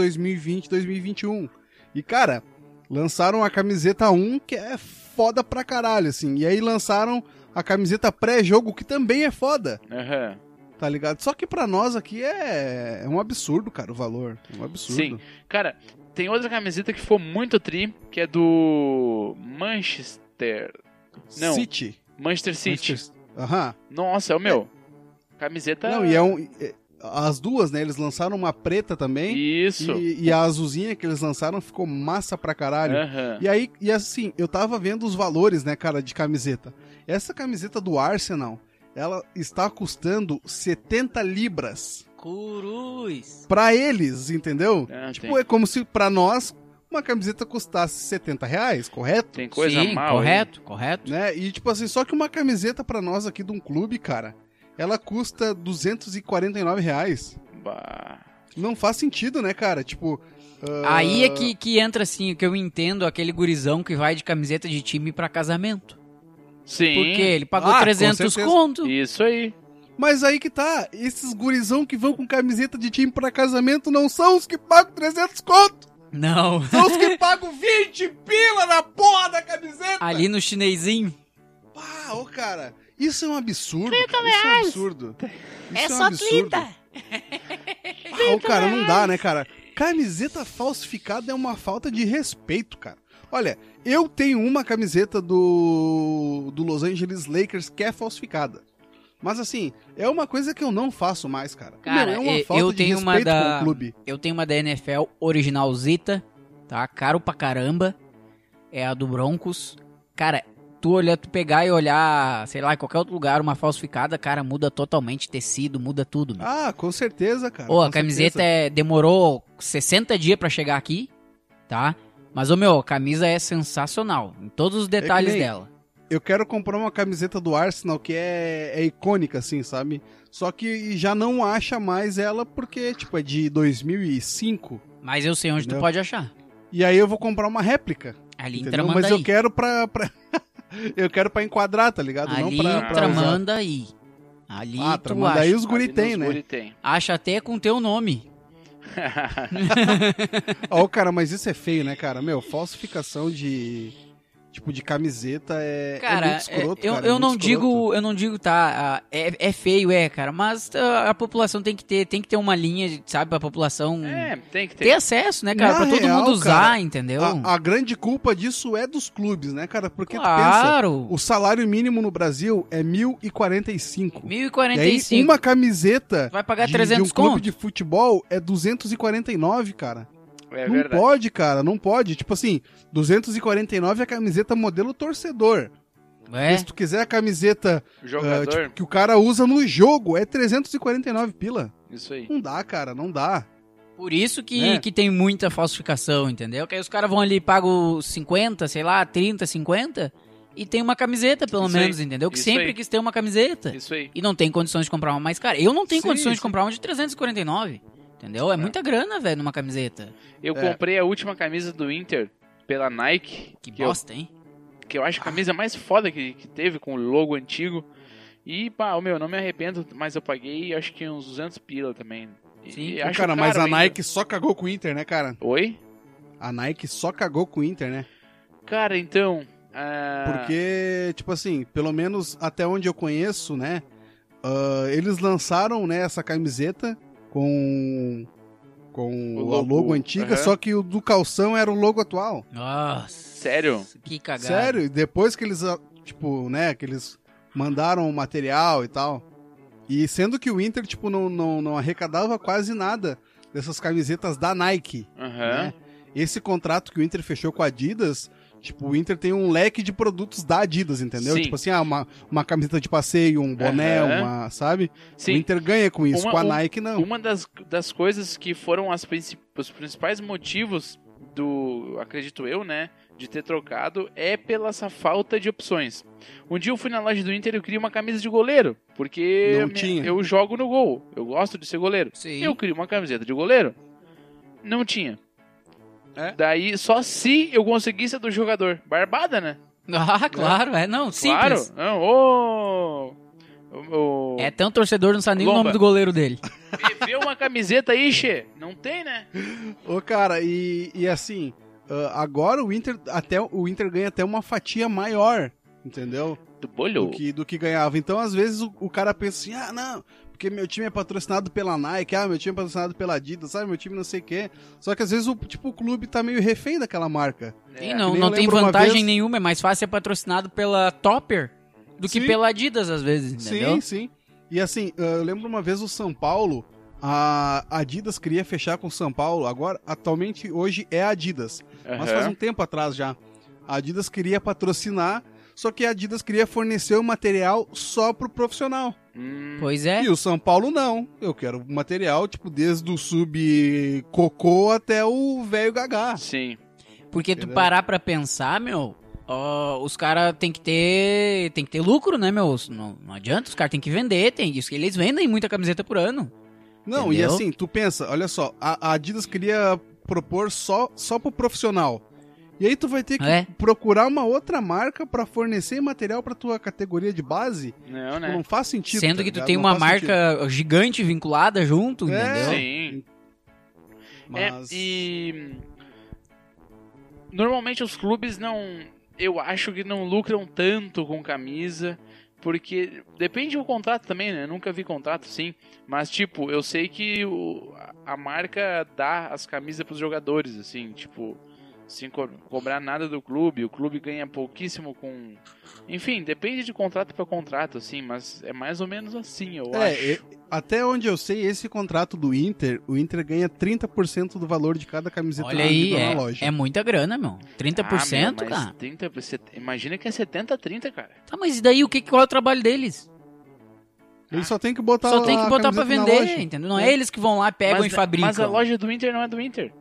Speaker 3: 2020-2021. E, cara, lançaram a camiseta 1, que é foda pra caralho, assim. E aí lançaram a camiseta pré-jogo, que também é foda.
Speaker 2: Aham.
Speaker 3: Tá ligado? Só que pra nós aqui é, é um absurdo, cara, o valor. É um absurdo.
Speaker 2: Sim. Cara, tem outra camiseta que foi muito tri, que é do Manchester. Não.
Speaker 3: City.
Speaker 2: Manchester City. Tá.
Speaker 3: Manchester- Aham.
Speaker 2: Nossa, é o meu. Camiseta.
Speaker 3: Não, e é um. é- As duas, né? Eles lançaram uma preta também.
Speaker 2: Isso.
Speaker 3: E, e a azulzinha que eles lançaram ficou massa pra caralho.
Speaker 2: Aham.
Speaker 3: E aí, e assim, eu tava vendo os valores, né, cara, de camiseta. Essa camiseta do Arsenal, ela está custando 70 libras.
Speaker 1: Curuz.
Speaker 3: Pra eles, entendeu?
Speaker 2: Ah,
Speaker 3: tipo,
Speaker 2: tem-
Speaker 3: é como se pra nós uma camiseta custasse 70 reais, correto?
Speaker 2: Tem coisa
Speaker 1: Sim,
Speaker 2: mal.
Speaker 1: correto, correto.
Speaker 3: né? E tipo assim, só que uma camiseta pra nós aqui de um clube, cara, ela custa 249 reais.
Speaker 2: aí. Bah.
Speaker 3: Não faz sentido, né, cara? Tipo. ah,
Speaker 1: Aí é que, que entra, assim, o que eu entendo, aquele gurizão que vai de camiseta de time pra casamento.
Speaker 2: Sim.
Speaker 1: Porque ele pagou
Speaker 3: Ah, com
Speaker 1: 300
Speaker 3: certeza.
Speaker 1: conto.
Speaker 2: Isso aí.
Speaker 3: Mas aí que tá, esses gurizão que vão com camiseta de time pra casamento não são os que pagam 300 conto,
Speaker 1: Não.
Speaker 3: são os que pagam 20 pila na porra da camiseta.
Speaker 1: Ali no chinesinho.
Speaker 3: Pá, ô cara, isso é um absurdo. cara, Isso é um absurdo. Isso é, um absurdo. Ah, ô cara, não dá, né, cara? Camiseta falsificada é uma falta de respeito, cara. Olha, eu tenho uma camiseta do, do Los Angeles Lakers que é falsificada. Mas assim, é uma coisa que eu não faço mais, cara.
Speaker 1: Cara,
Speaker 3: Meu, é uma
Speaker 1: e-
Speaker 3: falta
Speaker 1: eu
Speaker 3: de
Speaker 1: tenho
Speaker 3: respeito
Speaker 1: uma da-
Speaker 3: com o clube.
Speaker 1: Eu tenho uma da NFL originalzita, tá? Caro pra caramba. É a do Broncos. Cara, tu olhar, tu pegar e olhar, sei lá, em qualquer outro lugar, uma falsificada, cara, muda totalmente tecido, muda tudo. Meu.
Speaker 3: Ah, com certeza, cara.
Speaker 1: Ô, a
Speaker 3: com
Speaker 1: camiseta
Speaker 3: certeza.
Speaker 1: é- demorou 60 dias pra chegar aqui, tá? Mas, ô meu, a camisa é sensacional. Em todos os detalhes
Speaker 3: É nem-
Speaker 1: dela.
Speaker 3: Eu quero comprar uma camiseta do Arsenal que é, é icônica, assim, sabe? Só que já não acha mais ela porque, tipo, é de 2005.
Speaker 1: Mas eu sei onde tu
Speaker 3: Entendeu?
Speaker 1: pode achar.
Speaker 3: E aí eu vou comprar uma réplica.
Speaker 1: Ali
Speaker 3: Entendeu?
Speaker 1: entramanda
Speaker 3: Mas
Speaker 1: aí.
Speaker 3: eu quero pra. pra- eu quero pra enquadrar, tá ligado?
Speaker 1: Ali
Speaker 3: não pra. pra usar.
Speaker 1: tramanda aí. Ali
Speaker 3: Ah,
Speaker 1: tu
Speaker 3: tramanda aí
Speaker 1: acha.
Speaker 3: os guri tem, né?
Speaker 2: Guri tem.
Speaker 1: Acha até com teu nome.
Speaker 3: Ó, cara, mas isso é feio, né, cara? Meu, falsificação de. Tipo, de camiseta é. é
Speaker 1: Cara,
Speaker 3: muito escroto,
Speaker 1: é, eu,
Speaker 3: cara, é
Speaker 1: eu
Speaker 3: muito
Speaker 1: não
Speaker 3: escroto.
Speaker 1: digo, eu não digo, tá, ah, é, é feio, é, cara, mas ah, a população tem que ter, tem que ter uma linha, sabe, pra população
Speaker 2: É, tem que ter.
Speaker 1: ter acesso, né, cara,
Speaker 3: Na
Speaker 1: pra todo
Speaker 3: real,
Speaker 1: mundo usar,
Speaker 3: cara,
Speaker 1: entendeu?
Speaker 3: A, a grande culpa disso é dos clubes, né, cara? Porque tu pensa,
Speaker 1: claro.
Speaker 3: o salário mínimo no Brasil é 1.045.
Speaker 1: É 1045.
Speaker 3: E aí, uma camiseta
Speaker 1: Vai pagar
Speaker 3: de,
Speaker 1: 300
Speaker 3: de um clube
Speaker 1: conto.
Speaker 3: de futebol é 249, cara.
Speaker 2: É
Speaker 3: não
Speaker 2: verdade.
Speaker 3: pode, cara, não pode. Tipo assim, 249 é a camiseta modelo torcedor.
Speaker 1: É.
Speaker 3: Se tu quiser a camiseta ah,
Speaker 2: Jogador,
Speaker 3: tipo, que o cara usa no jogo, é 349 pila.
Speaker 2: isso aí.
Speaker 3: Não dá, cara, não dá.
Speaker 1: Por isso que,
Speaker 3: Né?
Speaker 1: que tem muita falsificação, entendeu? Que aí os caras vão ali e pagam 50, sei lá, 30, 50 e tem uma camiseta, pelo
Speaker 2: Isso
Speaker 1: menos,
Speaker 2: aí,
Speaker 1: entendeu? Que
Speaker 2: isso
Speaker 1: sempre
Speaker 2: aí.
Speaker 1: quis ter uma
Speaker 3: um
Speaker 1: camiseta.
Speaker 2: Isso aí.
Speaker 1: E não tem condições de comprar uma mais cara. Eu não tenho
Speaker 3: Sim,
Speaker 1: condições de
Speaker 3: sim.
Speaker 1: comprar uma de 349. Entendeu? É, muita grana, velho, numa camiseta.
Speaker 2: Eu
Speaker 3: É.
Speaker 2: comprei a última camisa do Inter pela Nike.
Speaker 1: Que
Speaker 2: eu,
Speaker 1: bosta, hein?
Speaker 2: que eu acho a camisa mais foda que, que teve, com o logo antigo. E, pá, o meu, não me arrependo, mas eu paguei acho que uns 200 pila também. E-
Speaker 1: Sim.
Speaker 2: e
Speaker 3: Ô,
Speaker 2: acho
Speaker 3: cara, mas
Speaker 2: caro
Speaker 3: a
Speaker 2: ainda.
Speaker 3: Nike só cagou com o Inter, né, cara?
Speaker 2: Oi?
Speaker 3: A Nike só cagou com o Inter, né?
Speaker 2: Cara, então. ah,
Speaker 3: Porque, tipo assim, pelo menos até onde eu conheço, né? ah, eles lançaram né, essa camiseta com, com
Speaker 2: O
Speaker 3: a
Speaker 2: logo,
Speaker 3: logo antiga,
Speaker 2: aham.
Speaker 3: só que o do calção era o logo atual.
Speaker 1: Nossa.
Speaker 2: Sério?
Speaker 1: Que cagada.
Speaker 3: Sério, e depois que eles, ah, tipo, né, que eles mandaram o material e tal. E sendo que o Inter, tipo, não, não, não arrecadava quase nada dessas camisetas da Nike.
Speaker 2: Aham.
Speaker 3: né? Esse contrato que o Inter fechou com a Adidas, tipo, o Inter tem um leque de produtos da Adidas, entendeu?
Speaker 2: Sim.
Speaker 3: Tipo assim, ah, uma, uma camiseta de passeio, um boné,
Speaker 2: Aham.
Speaker 3: uma, sabe? O
Speaker 2: Sim.
Speaker 3: Inter ganha com isso,
Speaker 2: Uma-
Speaker 3: com a
Speaker 2: um-
Speaker 3: Nike não.
Speaker 2: Uma das, das coisas que foram as princi- os principais motivos do, acredito eu, né, de ter trocado é pela essa falta de opções. Um dia eu fui na loja do Inter e eu queria uma camisa de goleiro, porque
Speaker 3: Não
Speaker 2: a minha-
Speaker 3: tinha.
Speaker 2: eu jogo no gol, eu gosto de ser goleiro.
Speaker 1: Sim.
Speaker 2: Eu queria uma camiseta de goleiro. Não tinha.
Speaker 3: É?
Speaker 2: Daí só se eu conseguisse a do jogador. Barbada, né?
Speaker 1: Ah, claro, é. Não, simples.
Speaker 2: Claro. Não, ô, ô, ô.
Speaker 1: É tão torcedor, não sabe nem o
Speaker 2: Lomba.
Speaker 1: nome do goleiro dele.
Speaker 2: Vê- Vê uma camiseta aí, Xê. Não tem, né?
Speaker 3: Ô, cara, e, e assim, ah, agora o Inter até o Inter ganha até uma fatia maior, entendeu?
Speaker 2: Do
Speaker 3: Do
Speaker 2: bolho.
Speaker 3: que, do que ganhava. Então, às vezes, o, o cara pensa assim, ah, não, porque meu time é patrocinado pela Nike, ah, meu time é patrocinado pela Adidas, sabe? Meu time não sei o quê. Só que às vezes o tipo o clube tá meio refém daquela marca.
Speaker 1: Sim,
Speaker 2: É.
Speaker 1: não,
Speaker 3: que nem
Speaker 1: não
Speaker 3: eu
Speaker 1: tem
Speaker 3: lembro uma
Speaker 1: vantagem
Speaker 3: vez-
Speaker 1: nenhuma. É mais fácil ser patrocinado pela Topper do que
Speaker 3: Sim.
Speaker 1: pela Adidas, às vezes, entendeu?
Speaker 3: Sim, sim. E assim, ah, eu lembro uma vez o São Paulo, a Adidas queria fechar com o São Paulo, agora, atualmente, hoje é a Adidas. Mas faz
Speaker 2: Aham.
Speaker 3: um tempo atrás já. A Adidas queria patrocinar, só que a Adidas queria fornecer o material só pro profissional.
Speaker 2: Hum,
Speaker 1: Pois é.
Speaker 3: E o São Paulo não. Eu quero material, tipo, desde o sub cocô até o velho gagá.
Speaker 2: Hum, Sim.
Speaker 1: Porque tu
Speaker 3: Entendeu?
Speaker 1: parar pra pensar, meu, ó, os caras tem que ter. Tem que ter lucro, né, meu? Não, não adianta, os caras tem que vender, tem isso. que Eles vendem muita camiseta por ano.
Speaker 3: Não, e
Speaker 1: Entendeu?
Speaker 3: assim, tu pensa, olha só, a, a Adidas queria propor só, só pro profissional. E aí tu vai ter que
Speaker 1: É.
Speaker 3: procurar uma outra marca pra fornecer material pra tua categoria de base.
Speaker 2: Não,
Speaker 3: Tipo,
Speaker 2: né?
Speaker 3: Não faz sentido.
Speaker 1: Sendo
Speaker 3: tá
Speaker 1: que tu
Speaker 3: ligado?
Speaker 1: tem
Speaker 3: Não
Speaker 1: uma
Speaker 3: faz
Speaker 1: marca gigante vinculada junto,
Speaker 3: É.
Speaker 1: entendeu?
Speaker 2: Sim.
Speaker 3: sentido. Mas...
Speaker 2: É, e. Normalmente os clubes não. Eu acho que não lucram tanto com camisa. Porque depende do contrato também, né? Eu nunca vi contrato, sim. Mas, tipo, eu sei que o- a marca dá as camisas pros jogadores, assim, tipo, sem co- cobrar nada do clube. O clube ganha pouquíssimo com. Enfim, depende de contrato pra contrato, assim, mas é mais ou menos assim, eu
Speaker 3: É,
Speaker 2: acho.
Speaker 3: e- até onde eu sei, esse contrato do Inter, o Inter ganha 30% do valor de cada camiseta
Speaker 1: Olha aí,
Speaker 3: vendida tá na
Speaker 1: é,
Speaker 3: loja.
Speaker 1: é muita grana, meu. 30%,
Speaker 2: ah, meu, mas
Speaker 1: cara.
Speaker 2: 30, você- imagina que é 70, 30, cara.
Speaker 1: Tá, mas e daí o que, qual é o trabalho deles?
Speaker 3: Ele só tem que botar
Speaker 1: Só tem que
Speaker 3: Tá a
Speaker 1: botar pra
Speaker 3: camiseta na
Speaker 1: vender,
Speaker 3: loja.
Speaker 1: entendeu? Não é eles que vão lá, pegam e
Speaker 2: mas,
Speaker 1: fabricam.
Speaker 2: Mas a loja do Inter não é do Inter.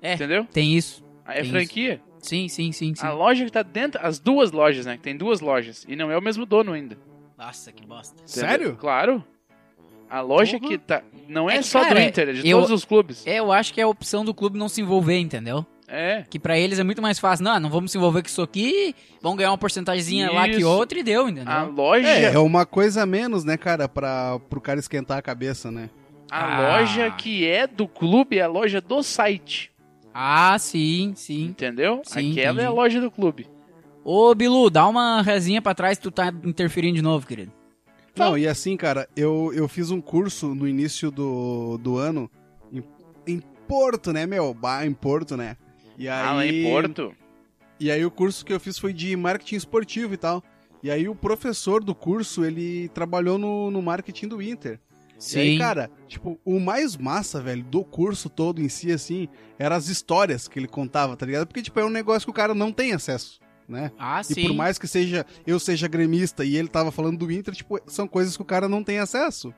Speaker 1: É.
Speaker 2: Entendeu?
Speaker 1: Tem isso.
Speaker 2: Aí é
Speaker 1: Tem
Speaker 2: franquia.
Speaker 1: Sim, sim, sim, sim.
Speaker 2: A loja que tá dentro. As duas lojas, né? Que tem duas lojas. E não é o mesmo dono ainda. entendeu?
Speaker 1: Nossa, que bosta.
Speaker 3: Sério?
Speaker 2: Claro. A loja
Speaker 3: Porra.
Speaker 2: que tá. Não é,
Speaker 1: É que,
Speaker 2: só do
Speaker 1: cara,
Speaker 2: Inter, é de
Speaker 1: eu-
Speaker 2: todos os clubes. É.
Speaker 1: Eu acho que é a opção do clube não se envolver, entendeu? Que pra eles é muito mais fácil. Não, não vamos se envolver com isso aqui, vão ganhar uma porcentagemzinha lá que
Speaker 2: Isso. Ah.
Speaker 1: outra e deu, entendeu?
Speaker 2: A loja.
Speaker 3: É, é uma coisa a menos, né, cara, pra, pro cara esquentar a cabeça, né?
Speaker 2: A
Speaker 1: Ah.
Speaker 2: loja que é do clube é a loja do site.
Speaker 1: Ah, sim, sim.
Speaker 2: Entendeu?
Speaker 1: Sim,
Speaker 2: Aquela é a
Speaker 1: entendi.
Speaker 2: loja do clube.
Speaker 1: Ô, Bilu, dá uma resinha pra trás, tu tá interferindo de novo, querido.
Speaker 3: Não, e assim, cara, eu, eu fiz um curso no início do, do ano em, em Porto, né, meu? Bah, em Porto, né? E aí,
Speaker 2: Ah, lá em Porto.
Speaker 3: E aí o curso que eu fiz foi de marketing esportivo e tal. E aí o professor do curso, ele trabalhou no, no marketing do Inter. E aí, cara, tipo, o mais massa, velho, do curso todo em si, assim, eram as histórias que ele contava, tá ligado? Porque, tipo, é um negócio que o cara não tem acesso, né?
Speaker 1: Ah,
Speaker 3: E
Speaker 1: sim.
Speaker 3: por mais que seja eu seja gremista e ele tava falando do Inter, tipo, são coisas que o cara não tem acesso.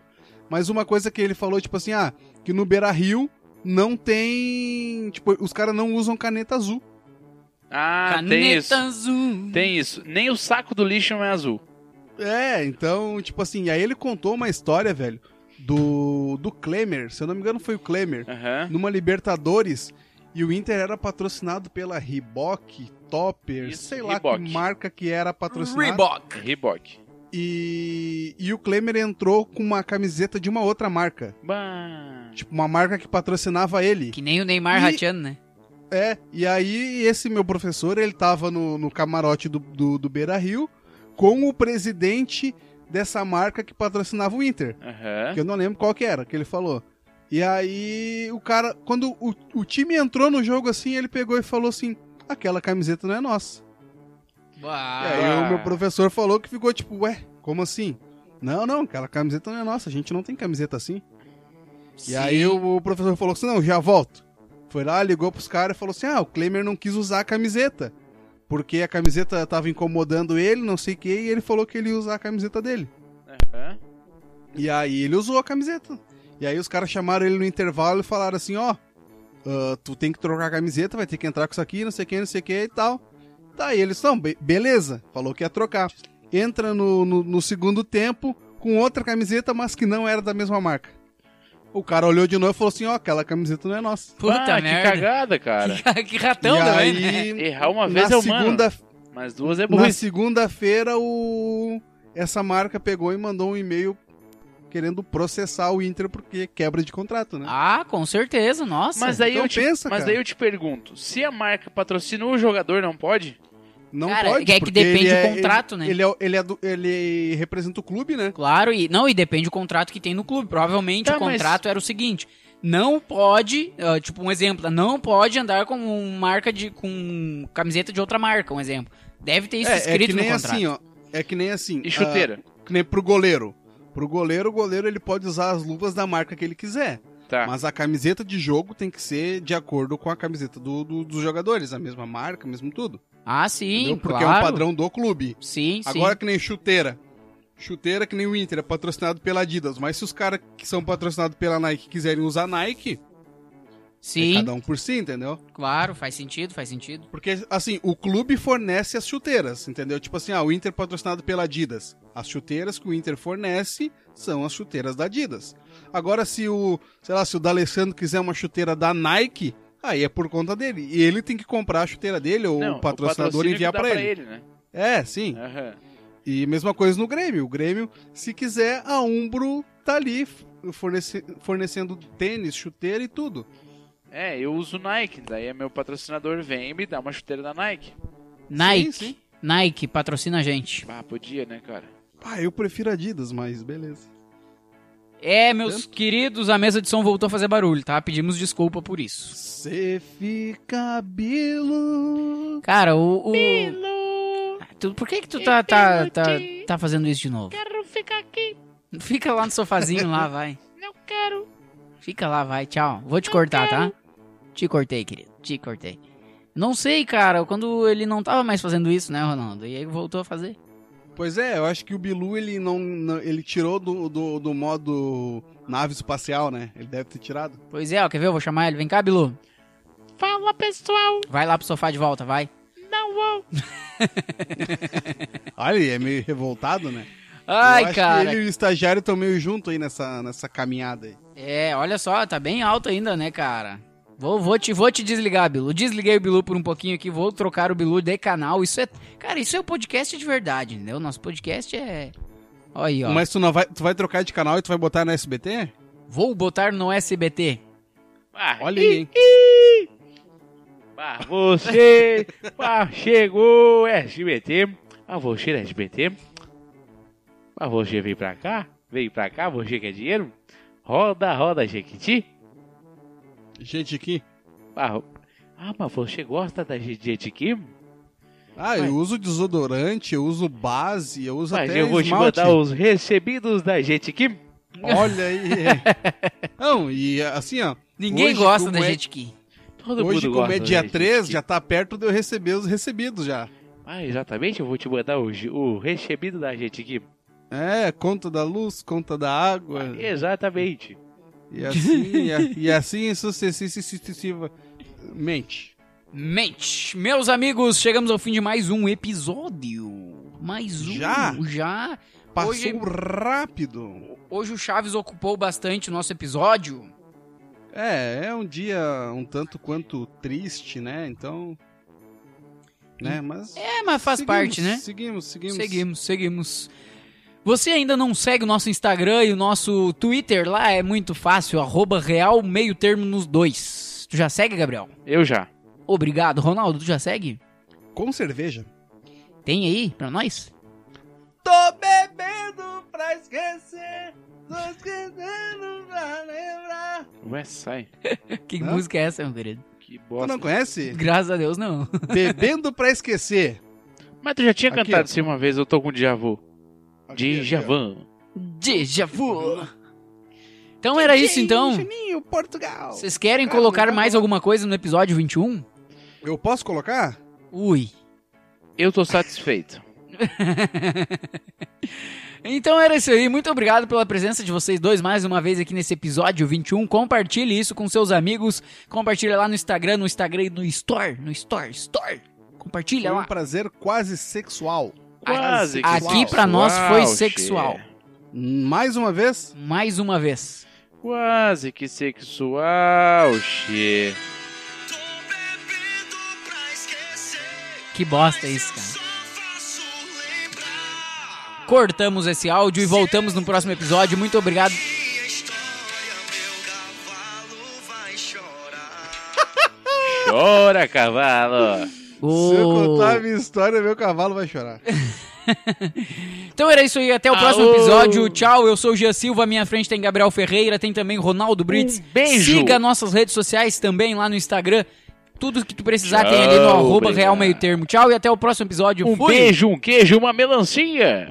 Speaker 3: Mas uma coisa que ele falou, tipo assim, ah, que no Beira Rio não tem. Tipo, os caras não usam caneta azul.
Speaker 2: Ah, tem isso.
Speaker 1: Caneta azul.
Speaker 2: Tem isso. Nem o saco do lixo não é azul.
Speaker 3: É, então, tipo assim, aí ele contou uma história, velho, do. do Klemer, se eu não me engano, foi o Klemer.
Speaker 2: Aham.
Speaker 3: numa Libertadores e o Inter era patrocinado pela Reebok, Topper,
Speaker 2: Isso,
Speaker 3: sei lá
Speaker 2: Reebok.
Speaker 3: que marca que era patrocinada.
Speaker 1: Reebok.
Speaker 2: Reebok.
Speaker 3: E, e o Klemer entrou com uma camiseta de uma outra marca,
Speaker 2: Bah.
Speaker 3: tipo uma marca que patrocinava ele.
Speaker 1: Que nem o Neymar
Speaker 3: E-
Speaker 1: rateando, né?
Speaker 3: É, e aí esse meu professor, ele tava no, no camarote do, do, do Beira-Rio com o presidente dessa marca que patrocinava o Inter.
Speaker 2: Aham.
Speaker 3: que eu não lembro qual que era, que ele falou. E aí, o cara, quando o, o time entrou no jogo assim, ele pegou e falou assim: aquela camiseta não é nossa. E aí, o meu professor falou que ficou tipo: ué, como assim? Não, não, aquela camiseta não é nossa, a gente não tem camiseta assim. E aí, o, o professor falou assim: não, já volto. Foi lá, ligou pros caras e falou assim: ah, o Klemer não quis usar a camiseta. Porque a camiseta tava incomodando ele, não sei o que, e ele falou que ele ia usar a camiseta dele.
Speaker 2: Aham.
Speaker 3: E aí ele usou a camiseta. E aí os caras chamaram ele no intervalo e falaram assim, ó, ah, tu tem que trocar a camiseta, vai ter que entrar com isso aqui, não sei o que, não sei o que e tal. Tá, e eles estão, beleza, falou que ia trocar. Entra no, no, no segundo tempo com outra camiseta, mas que não era da mesma marca. O cara olhou de novo e falou assim, ó, aquela camiseta não é nossa.
Speaker 1: Puta
Speaker 2: Ah, que
Speaker 1: merda.
Speaker 2: cagada, cara.
Speaker 1: Que,
Speaker 2: Então
Speaker 1: ratão
Speaker 3: e
Speaker 1: também, né?
Speaker 3: aí,
Speaker 2: Errar é, uma vez
Speaker 3: na
Speaker 2: é humano,
Speaker 3: segunda,
Speaker 2: mas duas é
Speaker 3: na
Speaker 2: burrice.
Speaker 3: segunda-feira o essa marca pegou e mandou um e-mail querendo processar o Inter porque quebra de contrato, né?
Speaker 1: Ah, com certeza, nossa.
Speaker 2: Mas aí
Speaker 3: Então
Speaker 2: eu te,
Speaker 3: pensa,
Speaker 2: mas
Speaker 3: cara.
Speaker 2: daí eu te pergunto, se a marca patrocinou o jogador, não pode?
Speaker 3: Não
Speaker 1: Cara,
Speaker 3: pode,
Speaker 1: é que
Speaker 3: porque
Speaker 1: depende
Speaker 3: ele
Speaker 1: do
Speaker 3: é-
Speaker 1: contrato,
Speaker 3: ele,
Speaker 1: né?
Speaker 3: Ele, é, ele, é do- ele representa o clube, né?
Speaker 1: Claro, e não, e depende do contrato que tem no clube. Provavelmente
Speaker 2: Tá,
Speaker 1: o contrato era o seguinte: não pode, ah, tipo um exemplo, não pode andar com uma marca de com camiseta de outra marca, um exemplo. Deve ter isso
Speaker 3: é, é
Speaker 1: escrito
Speaker 3: que nem
Speaker 1: no contrato.
Speaker 3: assim, ó. É que nem assim.
Speaker 2: E chuteira?
Speaker 3: ah, que nem pro goleiro. Pro goleiro, o goleiro ele pode usar as luvas da marca que ele quiser.
Speaker 2: tá.
Speaker 3: Mas a camiseta de jogo tem que ser de acordo com a camiseta do- do- dos jogadores. A mesma marca, mesmo tudo.
Speaker 1: Ah, sim,
Speaker 3: entendeu? Porque
Speaker 1: claro.
Speaker 3: é um padrão do clube.
Speaker 1: Sim, sim.
Speaker 3: Agora é que nem chuteira. Chuteira que nem o Inter, é patrocinado pela Adidas. Mas se os caras que são patrocinados pela Nike quiserem usar Nike, É
Speaker 1: Sim,
Speaker 3: cada um por si, entendeu?
Speaker 1: claro, faz sentido, faz sentido.
Speaker 3: Porque, assim, o clube fornece as chuteiras, entendeu? Tipo assim, ah, o Inter patrocinado pela Adidas. As chuteiras que o Inter fornece são as chuteiras da Adidas. Agora, se o, sei lá, se o D'Alessandro quiser uma chuteira da Nike, aí é por conta dele. E ele tem que comprar a chuteira dele ou
Speaker 2: Não,
Speaker 3: o patrocinador
Speaker 2: patrocínio
Speaker 3: enviar
Speaker 2: que dá
Speaker 3: pra ele.
Speaker 2: né?
Speaker 3: É, sim.
Speaker 2: Aham.
Speaker 3: E mesma coisa no Grêmio. O Grêmio, se quiser, a Umbro tá ali fornece- fornecendo tênis, chuteira e tudo.
Speaker 2: É, eu uso Nike, daí é meu patrocinador vem e me dá uma chuteira da Nike.
Speaker 1: Nike,
Speaker 3: sim.
Speaker 1: Nike, patrocina a gente.
Speaker 2: Ah, podia, né, cara?
Speaker 3: Ah, eu prefiro Adidas, mas beleza.
Speaker 1: É, meus queridos, a mesa de som voltou a fazer barulho, tá? Pedimos desculpa por isso.
Speaker 3: Você fica bilu.
Speaker 1: Cara, o. o- Ah, tu- por que que tu tá, tá, tá,
Speaker 4: Inútil.
Speaker 1: tá fazendo isso de novo?
Speaker 4: Quero ficar aqui,
Speaker 1: Fica lá no sofazinho lá, vai.
Speaker 4: não quero.
Speaker 1: Fica lá, vai, tchau. Vou te cortar, tá? Te cortei, querido. Te cortei. Não sei, cara, quando ele não tava mais fazendo isso, né, Ronaldo? E aí voltou a fazer.
Speaker 3: Pois é, eu acho que o Bilu ele não, não- ele tirou do, do, do modo nave espacial, né? Ele deve ter tirado.
Speaker 1: Pois é, ó, quer ver? Eu vou chamar ele. Vem cá, Bilu.
Speaker 4: Fala pessoal,
Speaker 1: Vai lá pro sofá de volta, vai.
Speaker 4: não vou.
Speaker 3: Olha, ele é meio revoltado, né? eu
Speaker 1: Ai,
Speaker 3: acho
Speaker 1: cara.
Speaker 3: Que ele e o estagiário estão meio junto aí nessa, nessa caminhada aí.
Speaker 1: É, olha só, tá bem alto ainda, né, cara? Vou, vou, te, vou te desligar, Bilu. Desliguei o Bilu por um pouquinho aqui, vou trocar o Bilu de canal. Isso é. Cara, isso é o podcast de verdade, entendeu? Nosso podcast é. Olha aí, ó.
Speaker 3: Mas tu não vai, tu vai trocar de canal e tu vai botar na SBT?
Speaker 1: Vou botar no SBT.
Speaker 2: Ah,
Speaker 3: Olha aí, hein?
Speaker 2: ah, você ah, chegou SBT. Ah, você é SBT. Ah, você veio pra cá? Veio pra cá, você quer dinheiro? Roda, roda, Jequiti.
Speaker 3: Gente aqui.
Speaker 2: Ah, ro- ah, mas você gosta da gente aqui?
Speaker 3: Ah, eu uso desodorante, eu uso base, eu uso
Speaker 2: Mas
Speaker 3: até
Speaker 2: eu vou
Speaker 3: esmalte.
Speaker 2: te mandar os recebidos da gente aqui.
Speaker 3: Olha aí. não, e assim, ó.
Speaker 1: Ninguém
Speaker 3: Hoje,
Speaker 1: gosta da
Speaker 3: como é-
Speaker 1: gente que.
Speaker 2: Todo
Speaker 3: Hoje,
Speaker 2: mundo
Speaker 3: como
Speaker 2: gosta
Speaker 1: né,
Speaker 3: é
Speaker 2: da
Speaker 3: dia
Speaker 2: gente
Speaker 3: 3,
Speaker 2: aqui.
Speaker 3: já tá perto de eu receber os recebidos já.
Speaker 2: Ah, exatamente, eu vou te mandar hoje o recebido da gente aqui.
Speaker 3: É, conta da luz, conta da água.
Speaker 2: Exatamente.
Speaker 3: E assim, e, a- e assim sucessivamente.
Speaker 1: Mente. Meus amigos, chegamos ao fim de mais um episódio. Mais um.
Speaker 3: Já?
Speaker 1: Já.
Speaker 3: Passou
Speaker 1: Hoje- é
Speaker 3: rápido.
Speaker 1: Hoje o Chaves ocupou bastante o nosso episódio.
Speaker 3: É, é um dia um tanto quanto triste, né? Então. Né, mas.
Speaker 1: É, mas faz
Speaker 3: seguimos,
Speaker 1: parte, né?
Speaker 3: Seguimos, seguimos.
Speaker 1: Seguimos, seguimos. Você ainda não segue o nosso Instagram e o nosso Twitter lá? É muito fácil, arroba real meio termo nos dois. Tu já segue, Gabriel?
Speaker 2: Eu já.
Speaker 1: Obrigado. Ronaldo, tu já segue?
Speaker 3: Com cerveja.
Speaker 1: Tem aí pra nós?
Speaker 3: Tô bebendo pra esquecer. Tô esquecendo pra lembrar.
Speaker 2: Ué, sai.
Speaker 1: Que
Speaker 3: Não?
Speaker 1: música é essa, meu querido?
Speaker 2: Que
Speaker 3: Tu
Speaker 2: bosta.
Speaker 3: não conhece?
Speaker 1: Graças a Deus, não.
Speaker 3: Bebendo pra esquecer.
Speaker 2: Mas tu já tinha
Speaker 3: Aqui,
Speaker 2: cantado
Speaker 3: ó.
Speaker 2: isso uma vez, eu tô com déjà vu.
Speaker 3: Aqui, aqui, ó.
Speaker 2: Djavan.
Speaker 1: Deja vu. Então era isso, então.
Speaker 3: Juninho, Portugal.
Speaker 1: Vocês querem colocar mais alguma coisa no episódio 21?
Speaker 3: Eu posso colocar?
Speaker 1: Ui.
Speaker 2: Eu tô satisfeito.
Speaker 1: Então era isso aí. Muito obrigado pela presença de vocês dois mais uma vez aqui nesse episódio 21. Compartilhe isso com seus amigos. Compartilha lá no Instagram, no Instagram e no Store. No Store, Store. Compartilha
Speaker 3: Foi um
Speaker 1: lá.
Speaker 3: prazer quase sexual.
Speaker 2: Quase.
Speaker 1: Aqui
Speaker 2: sexual.
Speaker 1: pra nós foi
Speaker 2: che.
Speaker 1: sexual.
Speaker 3: Mais uma vez,
Speaker 1: Mais uma vez.
Speaker 2: Quase que sexual, che.
Speaker 1: Que bosta é isso, cara. Cortamos esse áudio e voltamos no próximo episódio. Muito obrigado.
Speaker 2: Chora, cavalo.
Speaker 3: se eu
Speaker 1: Ô.
Speaker 3: contar a minha história, meu cavalo vai chorar.
Speaker 1: Então era isso aí,
Speaker 2: Ah,
Speaker 1: até o próximo
Speaker 2: Aô!
Speaker 1: episódio. Tchau, eu sou o Gia Silva, à minha frente tem Gabriel Ferreira, tem também Ronaldo Brits.
Speaker 2: Um beijo.
Speaker 1: Siga nossas redes sociais também lá no Instagram. Tudo que tu precisar tem ali no
Speaker 2: Tchau,
Speaker 1: arroba
Speaker 2: obrigado.
Speaker 1: Real Meio Termo. Tchau e até o próximo episódio.
Speaker 2: Um
Speaker 1: Fui!
Speaker 2: beijo, um queijo, uma melancia.